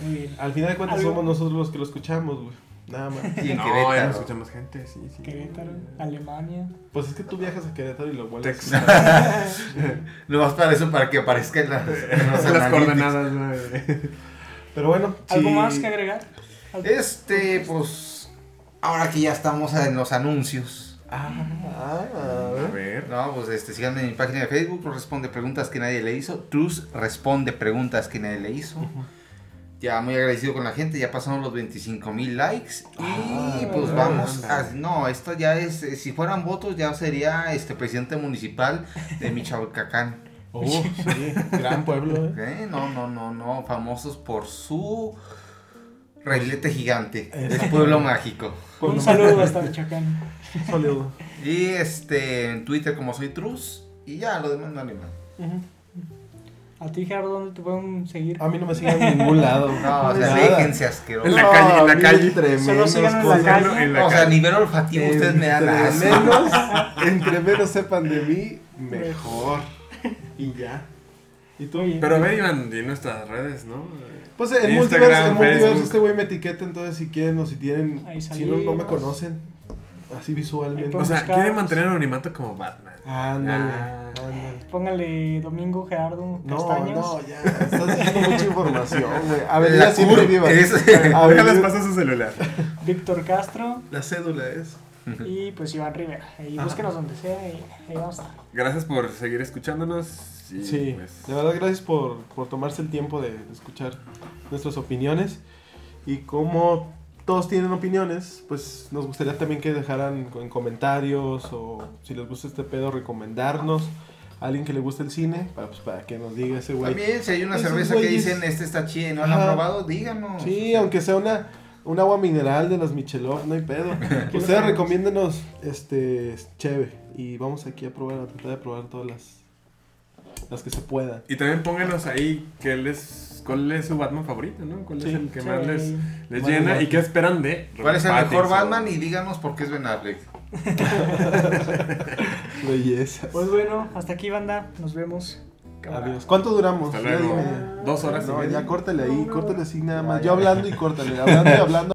S4: Muy bien.
S2: Al final de cuentas
S4: Algo-
S2: somos nosotros los que lo escuchamos, güey. Nada más.
S1: Y en
S3: No, ya no
S1: Querétaro.
S3: escuchamos gente, sí, sí.
S4: Querétaro, Alemania.
S2: Pues es que tú viajas a Querétaro y lo vuelves.
S3: Texas.
S1: Nomás para eso, para que aparezca en las, en los
S3: Las
S1: analytics.
S3: coordenadas, güey.
S2: Pero bueno,
S4: ¿Algo
S2: sí.
S4: más que agregar? ¿Algo?
S1: Este, pues, ahora que ya estamos en los anuncios.
S2: Ah, ah, a
S3: A
S2: ver.
S3: ver.
S1: No, pues este, síganme en mi página de Facebook, responde preguntas que nadie le hizo. Truz responde preguntas que nadie le hizo. Ya muy agradecido con la gente, ya pasamos los 25 mil likes. Y
S2: Ah,
S1: pues
S2: anda.
S1: vamos a. No, esto ya es. eh, Si fueran votos, ya sería este presidente municipal de Michoacán.
S2: Oh, sí, gran pueblo, eh.
S1: ¿Eh? No, no, no, no. Famosos por su reglete gigante.
S2: Exacto.
S1: Es pueblo mágico.
S2: Pues
S4: Un saludo hasta Michoacán.
S2: Un saludo.
S1: Y este, en Twitter, como soy Truz. Y ya, lo demás no hay más.
S2: Ujú.
S4: ¿A ti, Gerardo, dónde te pueden seguir?
S2: A mí no me siguen en ningún lado.
S1: No, o sea,
S2: Nada.
S1: déjense asquerosos.
S3: En la calle, en la calle.
S4: Solo sigan en la
S2: cosas.
S4: calle.
S3: En la
S1: o sea, a
S3: calle.
S1: nivel olfativo
S2: eh,
S1: ustedes me dan
S2: entre
S1: asco.
S2: menos, entre menos sepan de mí, mejor. Y ya. ¿Y tú?
S4: Oye.
S3: Pero a ver, Iván, di nuestras redes, ¿no?
S2: Pues en
S3: Instagram,
S2: Multiverse, en Multiverse
S3: Facebook.
S2: este güey me etiqueta, entonces si quieren o si tienen,
S4: Ahí
S2: si no, no me
S4: salimos.
S2: conocen, así visualmente.
S3: O sea,
S4: buscar-
S3: quiere mantener anonimato como Batman.
S2: Ándale,
S3: Ah.
S2: ándale.
S4: Póngale Domingo Gerardo
S2: No,
S4: Castaños.
S2: no, ya, estás diciendo mucha información, güey. A ver,
S1: La
S2: ya siempre
S1: cur-
S2: viva.
S1: es-
S2: A
S3: Ahora les
S2: ver,
S3: pasa su celular.
S4: Víctor Castro
S2: la cédula es.
S4: y pues Iván Rivera. Ahí búsquenos donde sea y ahí vamos a estar.
S3: Gracias por seguir escuchándonos. Y,
S2: Sí,
S3: pues,
S2: de verdad gracias por, por tomarse el tiempo de escuchar nuestras opiniones. Y como todos tienen opiniones, pues nos gustaría también que dejaran en comentarios o si les gusta este pedo, recomendarnos a alguien que le guste el cine, para, pues, para que nos diga ese güey.
S1: También, si hay una
S2: Esos
S1: cerveza que
S2: güeyes-
S1: dicen, este está chido, y ¿no la han
S2: Ajá.
S1: probado? Díganos.
S2: Sí, aunque sea una, un agua mineral de las Michelov, no hay pedo. Ustedes recomiéndenos este cheve y vamos aquí a probar, a tratar de probar todas las, las que se puedan.
S3: y también pónganos ahí qué les, cuál es su Batman favorito, ¿no? ¿Cuál
S2: Sí.
S3: es el que más les,
S4: Sí.
S3: les
S2: Más
S3: llena
S2: les
S3: y qué esperan de
S1: ¿Cuál es el mejor
S3: Pattinson?
S1: Batman? Y díganos por qué es Ben Affleck.
S2: Belleza.
S4: Pues bueno, hasta aquí banda. Nos vemos.
S2: Adiós. ¿Cuánto duramos?
S3: Hasta
S2: Ya
S3: luego.
S2: dime.
S3: Dos horas. y
S2: No,
S3: media.
S2: ya córtale ahí, córtale así nada más.
S1: ya.
S2: Yo hablando y córtale, hablando y hablando.